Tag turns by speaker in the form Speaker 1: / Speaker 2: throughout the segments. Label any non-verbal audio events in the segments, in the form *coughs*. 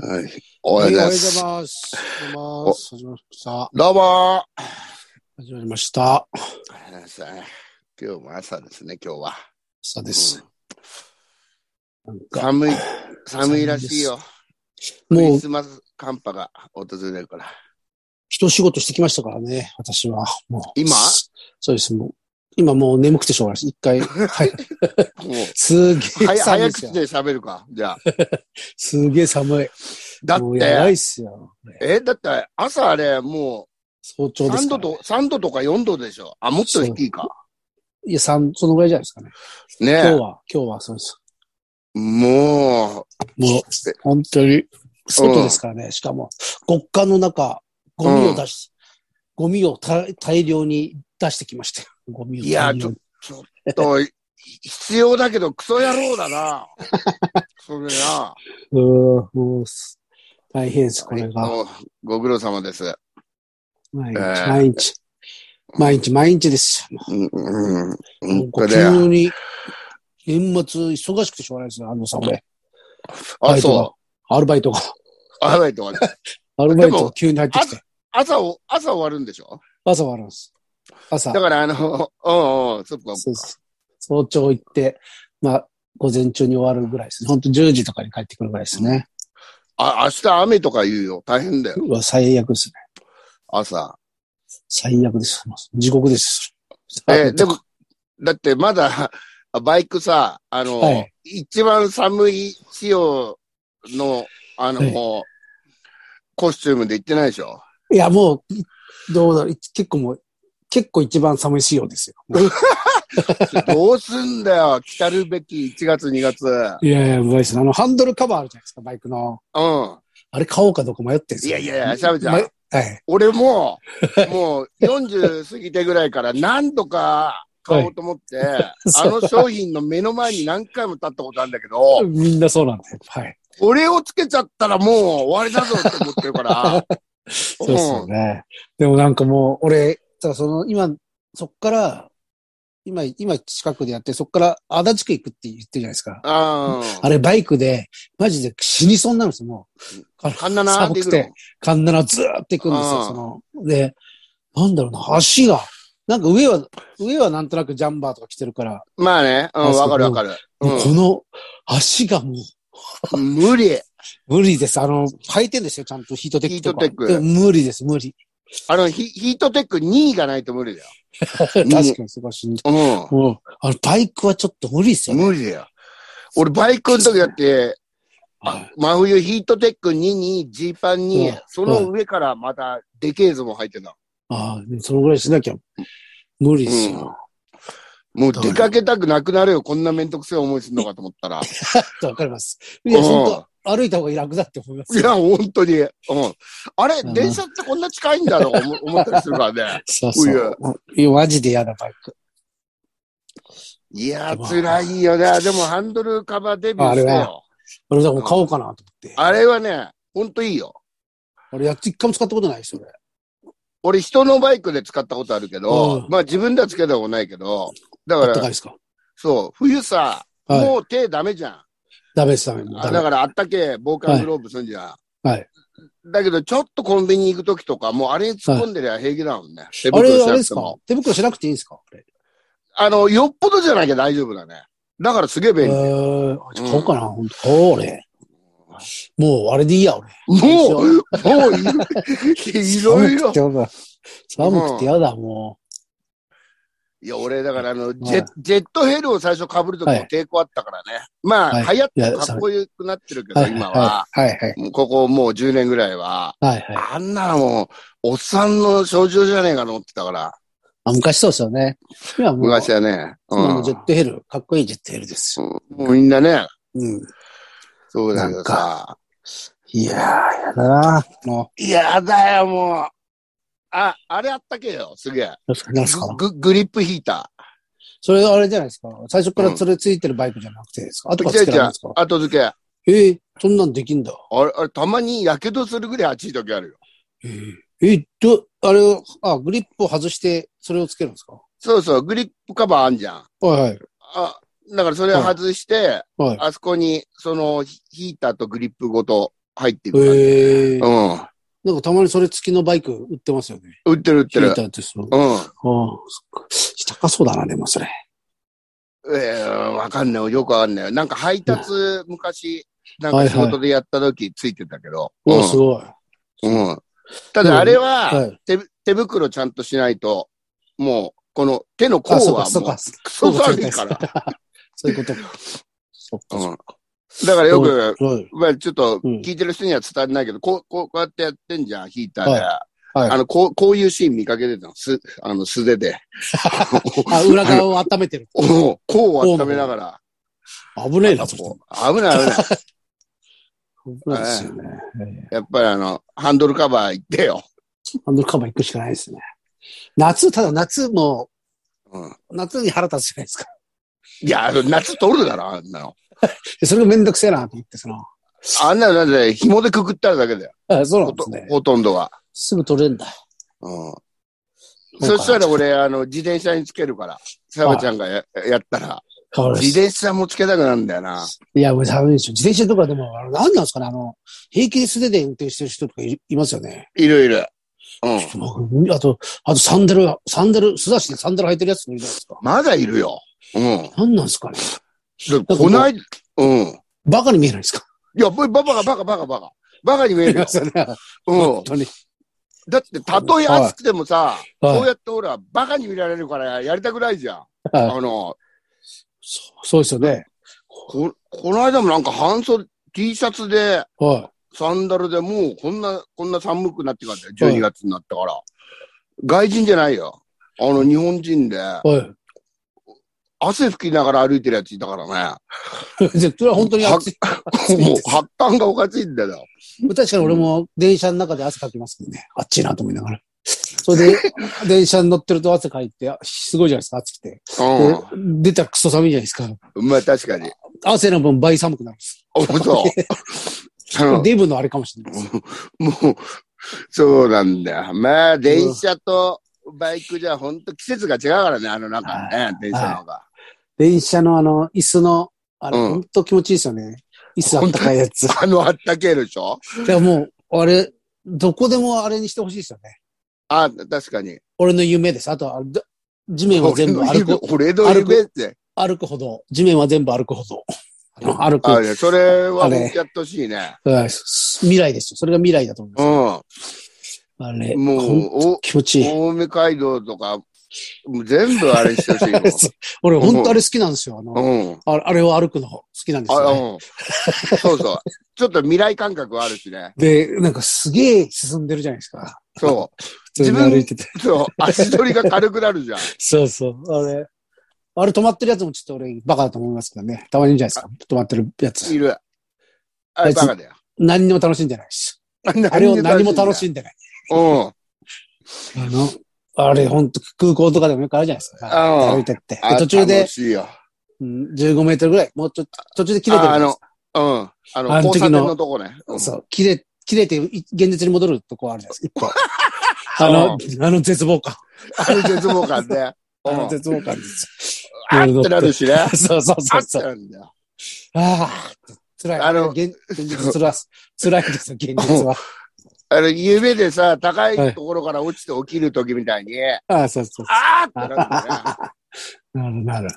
Speaker 1: ざいます。
Speaker 2: おはようございます。おはようございます。始まりました。
Speaker 1: どうもー
Speaker 2: 始まりました。
Speaker 1: 今日も朝ですね、今日は。
Speaker 2: 朝です。なんか、
Speaker 1: 寒い、寒いらしいよ。ク
Speaker 2: も
Speaker 1: リ
Speaker 2: う
Speaker 1: スマス寒波が訪れるから。
Speaker 2: 一仕事してきましたからね、私は。もう
Speaker 1: 今
Speaker 2: そうです、もう。今もう眠くてしょうがないです。
Speaker 1: *laughs*
Speaker 2: 一回、はい。
Speaker 1: も
Speaker 2: すげ
Speaker 1: う、
Speaker 2: え
Speaker 1: はや
Speaker 2: 寒い
Speaker 1: 早
Speaker 2: です
Speaker 1: 口
Speaker 2: よ。
Speaker 1: で喋るか。じゃあ。
Speaker 2: すげえ寒い。
Speaker 1: だっ
Speaker 2: もうやばい
Speaker 1: て、
Speaker 2: っすよ。
Speaker 1: え、だって朝あれ、も
Speaker 2: 早
Speaker 1: う
Speaker 2: 朝です
Speaker 1: 3
Speaker 2: か
Speaker 1: 度
Speaker 2: ら。
Speaker 1: と、三度とか4度でしょ。あ、もっと低いか。
Speaker 2: いや、三そのぐらいじゃないですかね。今
Speaker 1: ね
Speaker 2: 日は、今日はそうです。
Speaker 1: え。もう、
Speaker 2: もう、本当に、外ですからね。しかも、極寒の中、ゴミを出し、ゴミをた大量に出してきましたよ。ゴミを
Speaker 1: いや
Speaker 2: 大量に
Speaker 1: と、必要だけど、クソ野郎だ
Speaker 2: *laughs*
Speaker 1: な。それな。
Speaker 2: うーんもうす大変です、これが。
Speaker 1: もうご苦労様です。
Speaker 2: 毎
Speaker 1: え
Speaker 2: 日、
Speaker 1: ー
Speaker 2: 毎日。毎日、毎日ですよ。
Speaker 1: うん、うん、
Speaker 2: も
Speaker 1: 本
Speaker 2: うこ
Speaker 1: 当
Speaker 2: う
Speaker 1: だよ。
Speaker 2: 急に、年末忙しくてしょうがないですよ、安藤さん、俺。バ
Speaker 1: あ、
Speaker 2: イトが
Speaker 1: そ。
Speaker 2: アルバイトが。
Speaker 1: う。アルバイトは
Speaker 2: アルバイト
Speaker 1: で
Speaker 2: が
Speaker 1: も
Speaker 2: 急に入ってきて。
Speaker 1: 朝を、朝終わるんでしょ
Speaker 2: 朝終わるんです。朝
Speaker 1: だ。から、あの、うんうん、そっか。
Speaker 2: そうです。早朝行って、まあ、午前中に終わるぐらいですね。ほんと10時とかに帰ってくるぐらいですね。
Speaker 1: あ、明日雨とか言うよ。大変だよ。
Speaker 2: うわ、最悪ですね。
Speaker 1: 朝。
Speaker 2: 最悪です。地獄です。
Speaker 1: えーでも、だってまだ、あバイクさ、あの、
Speaker 2: はい
Speaker 1: 一番寒い仕様の、あの、コスチュームで行ってないでしょ
Speaker 2: いや、もう、どうだろう。結構もう、結構一番寒い仕様ですよ。
Speaker 1: どうすんだよ。来たるべき1月2月。う
Speaker 2: いやいや、うまいです。あの、ハンドルカバーあるじゃないですか、バイクの。
Speaker 1: ん。
Speaker 2: あれ買おうかどうか迷ってるんです
Speaker 1: い
Speaker 2: よ。
Speaker 1: やいやいや、しゃべちゃん
Speaker 2: ま。はい。
Speaker 1: 俺
Speaker 2: *laughs*
Speaker 1: も、もう40過ぎてぐらいから何度か買おうと思って、あ
Speaker 2: *laughs* そう
Speaker 1: の商品の目の前に何回も立ったことあるんだけど、
Speaker 2: みんなそうなんで。はい。
Speaker 1: これをつけちゃったらもう終わりだぞって思ってるから。
Speaker 2: *laughs* そうですよね。でもなんかもう、俺、ただその、今、そっから、今、今近くでやって、そっから足立区行くって言ってるじゃないですか。
Speaker 1: あ
Speaker 2: あれバイクで、マジで死にそうになるんですよ、もう。
Speaker 1: カンナナーっていく
Speaker 2: 寒くて
Speaker 1: の。
Speaker 2: カンナナずーっと行くんです
Speaker 1: う
Speaker 2: よ、
Speaker 1: ん
Speaker 2: その。で、なんだろうな、足が、なんか上は、上はなんとなくジャンバーとか着てるから、
Speaker 1: まあね、うん、
Speaker 2: あそう
Speaker 1: わかるわかる。
Speaker 2: もうこの足がもう
Speaker 1: うん、無理。
Speaker 2: 無理です。あの、履いてんですよ、ちゃんとヒートテックとか。
Speaker 1: ヒートテック
Speaker 2: でも無理です、無理。
Speaker 1: あのヒ、ヒートテック2位がないと無理だよ。
Speaker 2: *laughs* 確かにすごいしんどい。
Speaker 1: う
Speaker 2: もう、あの、バイクはちょっと無理ですよ
Speaker 1: ん。
Speaker 2: ね。
Speaker 1: 無理だよ。俺、バイクの時だって、
Speaker 2: はい
Speaker 1: 真冬ヒートテック2に、ジーパンに
Speaker 2: うん、
Speaker 1: その上からまた、デケーズも入ってた。
Speaker 2: ああ、でもそのぐらいしなきゃ無理ですよ。
Speaker 1: もう出かけたくなくなるよ。こんなめんどくせえ思いするのかと思ったら。い
Speaker 2: わ、かります。いや、
Speaker 1: うん
Speaker 2: 本当歩いた方が楽だって思いますよ。
Speaker 1: や、本当に。うん。あれ、
Speaker 2: うん
Speaker 1: 電車ってこんな近いんだろう思 *laughs* 思ったりするからね。
Speaker 2: そうそう。いや、マジで嫌だ、バイク。
Speaker 1: いや
Speaker 2: ま
Speaker 1: ー、
Speaker 2: あ
Speaker 1: 辛いよね。でも、ハンドルカバーデビューして
Speaker 2: あれは
Speaker 1: よ。
Speaker 2: 俺、だからもう買おうかなと思って。
Speaker 1: あれはね、ほんといいよ。
Speaker 2: 俺、やっと一回も使ったことないですよ、
Speaker 1: 俺、人のバイクで使ったことあるけど、
Speaker 2: うん
Speaker 1: まあ自分ではつけたことないけど、だ
Speaker 2: 俺。
Speaker 1: か
Speaker 2: あったかい
Speaker 1: ら、
Speaker 2: ですか
Speaker 1: そう、冬さ、
Speaker 2: はい。
Speaker 1: もう手ダメじゃん。
Speaker 2: ダメです、ダメ。もう
Speaker 1: あ
Speaker 2: ダ
Speaker 1: だ
Speaker 2: メ。
Speaker 1: から、あったけえ防寒グローブすんじゃん。
Speaker 2: はい。
Speaker 1: だけど、ちょっとコンビニ行くときとか、もうあれに突っ込んでりゃ平気だもんね。手
Speaker 2: あ
Speaker 1: 袋しなくて
Speaker 2: れ、
Speaker 1: も
Speaker 2: あれですか手袋しなくていいんですかあれ。
Speaker 1: あの、よっぽどじゃなきゃ大丈夫だね。だからすげえ
Speaker 2: え
Speaker 1: 便利。
Speaker 2: ー、あじゃあ買おうかな、ほんと。買おう、俺。もう、あれでいいや、俺。 *laughs*
Speaker 1: もう、もういろ、いろい
Speaker 2: 寒く
Speaker 1: ろ
Speaker 2: て。やだ。寒くてやだ、も
Speaker 1: いや、俺、だからあの、ジェ
Speaker 2: はい
Speaker 1: ジェットヘルを最初被るときも抵抗あったからね。まあ、
Speaker 2: は
Speaker 1: 流行っ
Speaker 2: う。いや
Speaker 1: てかっこよくなってるけど、
Speaker 2: はい
Speaker 1: 今は。
Speaker 2: はいはい。
Speaker 1: もうここもう10年ぐらいは。
Speaker 2: はいはい。
Speaker 1: あんなのもう、おっさんの症状じゃねえかと思ってたから。
Speaker 2: あ昔そうですよね。今もう、
Speaker 1: 昔はね。うん。
Speaker 2: 今もうジェ
Speaker 1: も
Speaker 2: ットヘル、かっこいいジェットヘルですよ。
Speaker 1: うみんなね。
Speaker 2: うん。
Speaker 1: そうだけどさ。
Speaker 2: いやー、やだなも
Speaker 1: いやだよ、もう。あ、あれあったけよ。すげえ。
Speaker 2: う。何ですか
Speaker 1: グググリップヒーター。
Speaker 2: それあれじゃないですか。最初からそれついてるバイクじゃなくてですか。後からつけられるんですか。
Speaker 1: 後付け。あ
Speaker 2: えー、そんなんできんだ。
Speaker 1: れ、あれ、たまに火傷するぐらい熱い時あるよ。
Speaker 2: えー、えーど、あれを、あ、グリップを外して、それをつけるんですか
Speaker 1: そうそう、グリップカバーあんじゃん。
Speaker 2: はいはい。
Speaker 1: あ、だからそれ外して、
Speaker 2: はい。
Speaker 1: あそこに、その、ヒヒーターとグリップごと入っていく感じ。
Speaker 2: ええー。
Speaker 1: うん。
Speaker 2: なんかたまにそれ付きのバイク売ってますよね。
Speaker 1: 売ってる売って
Speaker 2: ヒ
Speaker 1: る
Speaker 2: ー。ターとしても。あ
Speaker 1: うん。
Speaker 2: あ、そっか。高そうだな、でもそれ。
Speaker 1: えー、わかんない。よくわかんない。なんか配達、昔、なんか仕
Speaker 2: はいは
Speaker 1: 事でやった時ついてたけど。
Speaker 2: うわ、すごい。
Speaker 1: うん。うん。ただあれは、
Speaker 2: はい。
Speaker 1: 手手袋ちゃんとしないと、もう、この手の甲
Speaker 2: あ、そうか、
Speaker 1: は
Speaker 2: *laughs*
Speaker 1: も
Speaker 2: そ
Speaker 1: う
Speaker 2: うか。
Speaker 1: クソ悪いから。
Speaker 2: そういうことか。そっか、そっか。
Speaker 1: だからよく、
Speaker 2: はい。
Speaker 1: まあちょっと
Speaker 2: うん
Speaker 1: 聞いてる人には伝わらないけど、こう、こう、こうやってやってんじゃん、ヒーターで。
Speaker 2: はい。
Speaker 1: あの、こう、こういうシーン見かけてたの、す、あの、素手で。
Speaker 2: *laughs* あ、
Speaker 1: *laughs*
Speaker 2: 裏側を温めてる。
Speaker 1: おうこう温めながら。
Speaker 2: 危ねえな、それ。
Speaker 1: 危ない危ない。
Speaker 2: 危ないですよね。ええ
Speaker 1: やっぱりあの、ハンドルカバー行ってよ。
Speaker 2: ハンドルカバー行くしかないですね。夏、ただ夏も、
Speaker 1: うん。
Speaker 2: 夏に腹立つじゃないですか。
Speaker 1: いや、あの夏取るだろ、あんなの。
Speaker 2: でそれがめんどくせえなと思って、その。
Speaker 1: あんなのだって紐でくくっただけだよ。
Speaker 2: あそうな
Speaker 1: ほ
Speaker 2: んで
Speaker 1: と
Speaker 2: すね。
Speaker 1: ほとんどは。
Speaker 2: すぐ取れんだ。
Speaker 1: うん。
Speaker 2: そうか
Speaker 1: そしたら俺、あの、自転車につけるから、サバちゃんがややったら、
Speaker 2: わかりま
Speaker 1: 自
Speaker 2: した
Speaker 1: 転車もつけたくなるんだよな。
Speaker 2: いや、もうダメでしょ。自転車とかでも、あの何なんですかね、あの、平気で素手で運転してる人とかいいますよね。
Speaker 1: いるいる。うん。
Speaker 2: 僕あと、あとサンダル、サンダル、素足でサンダル履いてるやつもいるじゃないですか。
Speaker 1: まだいるよ。うん。
Speaker 2: 何なんですかね。
Speaker 1: でこない、うん。い
Speaker 2: バカに見えないですか。
Speaker 1: や、ばバカがバカバカバカ。バカに見える
Speaker 2: *laughs*
Speaker 1: よ。
Speaker 2: すよね。
Speaker 1: うん
Speaker 2: 本。当に。
Speaker 1: だって、たとえ暑くてもさ、こう
Speaker 2: はい。
Speaker 1: やってほら、バカに見られるからやりたくないじゃん。
Speaker 2: はい
Speaker 1: あの、
Speaker 2: そうそうですよね。
Speaker 1: こ、この間もなんか半袖、T シャツで、
Speaker 2: は
Speaker 1: サンダルでもうこんな、こんな寒くなってからだよ。12月になったから。外人じゃないよ。あの、日本人で、
Speaker 2: い。はい。 *laughs*
Speaker 1: 汗拭きながら歩いてるやついたからね。
Speaker 2: でそれは本当に
Speaker 1: は
Speaker 2: 暑い。
Speaker 1: もう、発汗がおかしいんだよ。
Speaker 2: 確かに俺も電車の中で汗かきますけどね。あっちいなと思いながら。それ
Speaker 1: *laughs*
Speaker 2: で、電車に乗ってると汗かいて、あすごいじゃないですか、暑くて。で出たらクソ寒いじゃないですか。
Speaker 1: うん。まあ、確かに。
Speaker 2: 汗の分倍寒くなるんです。
Speaker 1: お
Speaker 2: *laughs*
Speaker 1: そう。その
Speaker 2: デブのあれかもしれないです。
Speaker 1: もう、そうなんだよ。まあ、電車とバイクじゃ、ほんと季節が違うからね、あの中はね、電車の方が。
Speaker 2: 電車のあの、椅子の、あれ、
Speaker 1: うん
Speaker 2: ほんと気持ちいいですよね。椅子あったかいやつ。
Speaker 1: あの、あったけえでしょ
Speaker 2: *laughs* でももう、あれ、どこでもあれにしてほしいですよね。
Speaker 1: あ、確かに。
Speaker 2: 俺の夢です。あとは、だ地面は全部歩く、
Speaker 1: 俺の夢俺の夢って。
Speaker 2: 歩くほど。地面は全部歩くほど。あの歩く。
Speaker 1: あれ、それは
Speaker 2: あれ
Speaker 1: 本当やってほしいね。
Speaker 2: はい未来ですよ。それが未来だと思いま
Speaker 1: う
Speaker 2: す。
Speaker 1: ん。
Speaker 2: あれ、
Speaker 1: も
Speaker 2: ほん
Speaker 1: う、
Speaker 2: 気持ちいい。
Speaker 1: お、青梅街道とか、もう全部あれしてほ
Speaker 2: *laughs*
Speaker 1: しい
Speaker 2: 俺、本当あれ好きなんですよ。あの、
Speaker 1: もん。うん。
Speaker 2: ああれを歩くの好きなんです
Speaker 1: あ、
Speaker 2: よ、ね。
Speaker 1: うん。そうそう。ちょっと未来感覚はあるしね。
Speaker 2: で、なんかすげえ進んでるじゃないですか。
Speaker 1: そ
Speaker 2: 普通に歩いてて。 *laughs*
Speaker 1: う。そう。足取りが軽くなるじゃん。
Speaker 2: そうそう。あれ、あれ止まってるやつもちょっと俺バカだと思いますけどね。たまにいるじゃないですか。止まってるやつ。
Speaker 1: いる。あれ、バカだよ。
Speaker 2: 何にも楽しんでないし。 *laughs* あれを何も楽しんでない。
Speaker 1: うん。
Speaker 2: あの、あれほんと空港とかでもよくあるじゃないです
Speaker 1: あ
Speaker 2: か。
Speaker 1: あ
Speaker 2: 歩いてって。
Speaker 1: あ
Speaker 2: で途中で
Speaker 1: 楽、しいよ。
Speaker 2: うん15メートルぐらい、もうちょっと、途中で切れてるじゃ
Speaker 1: ああ
Speaker 2: ないで
Speaker 1: の
Speaker 2: す、
Speaker 1: うん。あの、
Speaker 2: あの
Speaker 1: 交
Speaker 2: 時
Speaker 1: 差
Speaker 2: の
Speaker 1: 点のとこね。う
Speaker 2: か。
Speaker 1: ん
Speaker 2: そう、切れ、切れてい現実に戻るとこあるじゃ
Speaker 1: *laughs*
Speaker 2: ないですか。
Speaker 1: う
Speaker 2: あの、あの絶望感。
Speaker 1: あの絶望感ね。う
Speaker 2: あ
Speaker 1: ん。
Speaker 2: の
Speaker 1: あ
Speaker 2: 絶望感です。
Speaker 1: ーってなるしね。あ
Speaker 2: そうそうそう
Speaker 1: って
Speaker 2: そう。
Speaker 1: なるんだよ。
Speaker 2: ああ、辛い。
Speaker 1: あの
Speaker 2: 現現実辛す、辛いですよ、現
Speaker 1: *laughs*
Speaker 2: 実は。
Speaker 1: あの、夢でさ、高いところから落ちて起きるときみたいに、
Speaker 2: ああ、そうそうそ
Speaker 1: あーってなるんだよね。
Speaker 2: う。なるなる。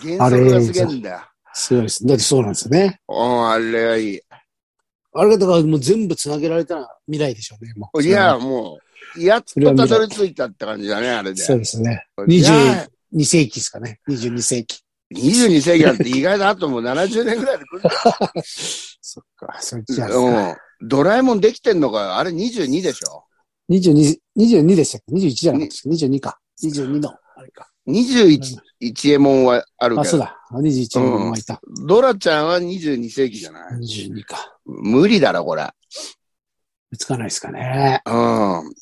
Speaker 1: 原作がすげえんだよ。
Speaker 2: すごいです。だってそうなんですよね。
Speaker 1: うん、あれはいい。
Speaker 2: あれがだからもう全部繋げられたら未来でしょうね、もう。
Speaker 1: いや、もう、やっとたどり着いたって感じだね、あれで。
Speaker 2: そうですね。
Speaker 1: いや
Speaker 2: 22世紀ですかね。22世紀。
Speaker 1: 22世紀なんて意外だあともう70年ぐらいで来るんだよ
Speaker 2: そっか、そっちや。
Speaker 1: うん。ドラえもんできてんのか、あれ22でしょ
Speaker 2: 22、22でしたっけ ?21 じゃなかったっけ ?22 か。22の、あれか。
Speaker 1: ?21、一右衛門はある
Speaker 2: あ、
Speaker 1: け
Speaker 2: そう
Speaker 1: ど、
Speaker 2: だ。21のままいた。
Speaker 1: ドラちゃんは22世紀じゃない
Speaker 2: 22か。
Speaker 1: 無理だろ、これ。
Speaker 2: 追いつかないですかね。
Speaker 1: うん。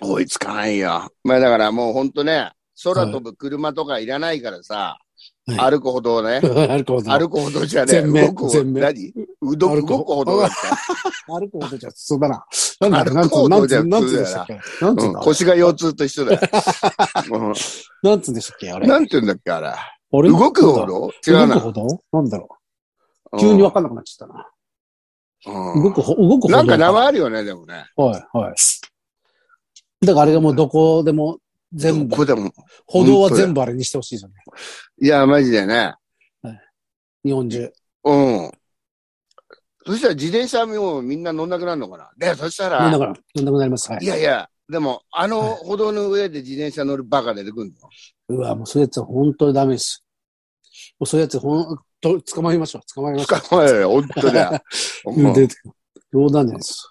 Speaker 1: 追いつかないよ。まあだからもうほんとね、空飛ぶ車とかいらないからさ、
Speaker 2: は
Speaker 1: 歩く歩道ね。
Speaker 2: 歩くほど。
Speaker 1: 歩く歩道じゃねえ。
Speaker 2: 全面
Speaker 1: 動く
Speaker 2: 全面
Speaker 1: 何うど
Speaker 2: 歩
Speaker 1: 動
Speaker 2: く
Speaker 1: く歩道だって。
Speaker 2: *laughs* 歩くことじゃそうだな。なんだあれなんつ
Speaker 1: 歩く
Speaker 2: う、な
Speaker 1: こと
Speaker 2: んつ
Speaker 1: じゃ
Speaker 2: う、なんつ
Speaker 1: 普通だ
Speaker 2: う
Speaker 1: よ
Speaker 2: でした
Speaker 1: な
Speaker 2: っけなんつ
Speaker 1: う
Speaker 2: うんんだ、
Speaker 1: 腰が腰痛と一緒
Speaker 2: *laughs*
Speaker 1: だよ。うん
Speaker 2: なんつうんでしたっけあれ。
Speaker 1: なんて言うんだっけ、あれ。
Speaker 2: 俺
Speaker 1: 動く歩道違う
Speaker 2: 動く
Speaker 1: な。
Speaker 2: ほどなんだろう。急にわかんなくなっちゃったな。
Speaker 1: う
Speaker 2: 動
Speaker 1: ん。
Speaker 2: くほ、動くほど。
Speaker 1: なんか名前あるよね、でもね。
Speaker 2: はい、はい。だからあれがもうどこでも全
Speaker 1: こ
Speaker 2: 部、
Speaker 1: こでも。
Speaker 2: 歩道は全部あれにしてほしいですよね。
Speaker 1: いや、マジでね。
Speaker 2: 日本中。
Speaker 1: うん。そしたら自転車もみんな乗んなくなるのかな。で、そした
Speaker 2: 飲んだ
Speaker 1: ら、
Speaker 2: から、飲んなくなります。はいい。
Speaker 1: やいや、でも、あの歩道の上で自転車乗るバカ出てくんの。
Speaker 2: うわ、もうそういうやつは本当にダメです。もうそういうやつほんと、捕まりましょう。捕まりましょう。
Speaker 1: 捕まえろよ、ほんとだ
Speaker 2: *laughs*
Speaker 1: よ。うん
Speaker 2: 出てくる冗談じゃないです。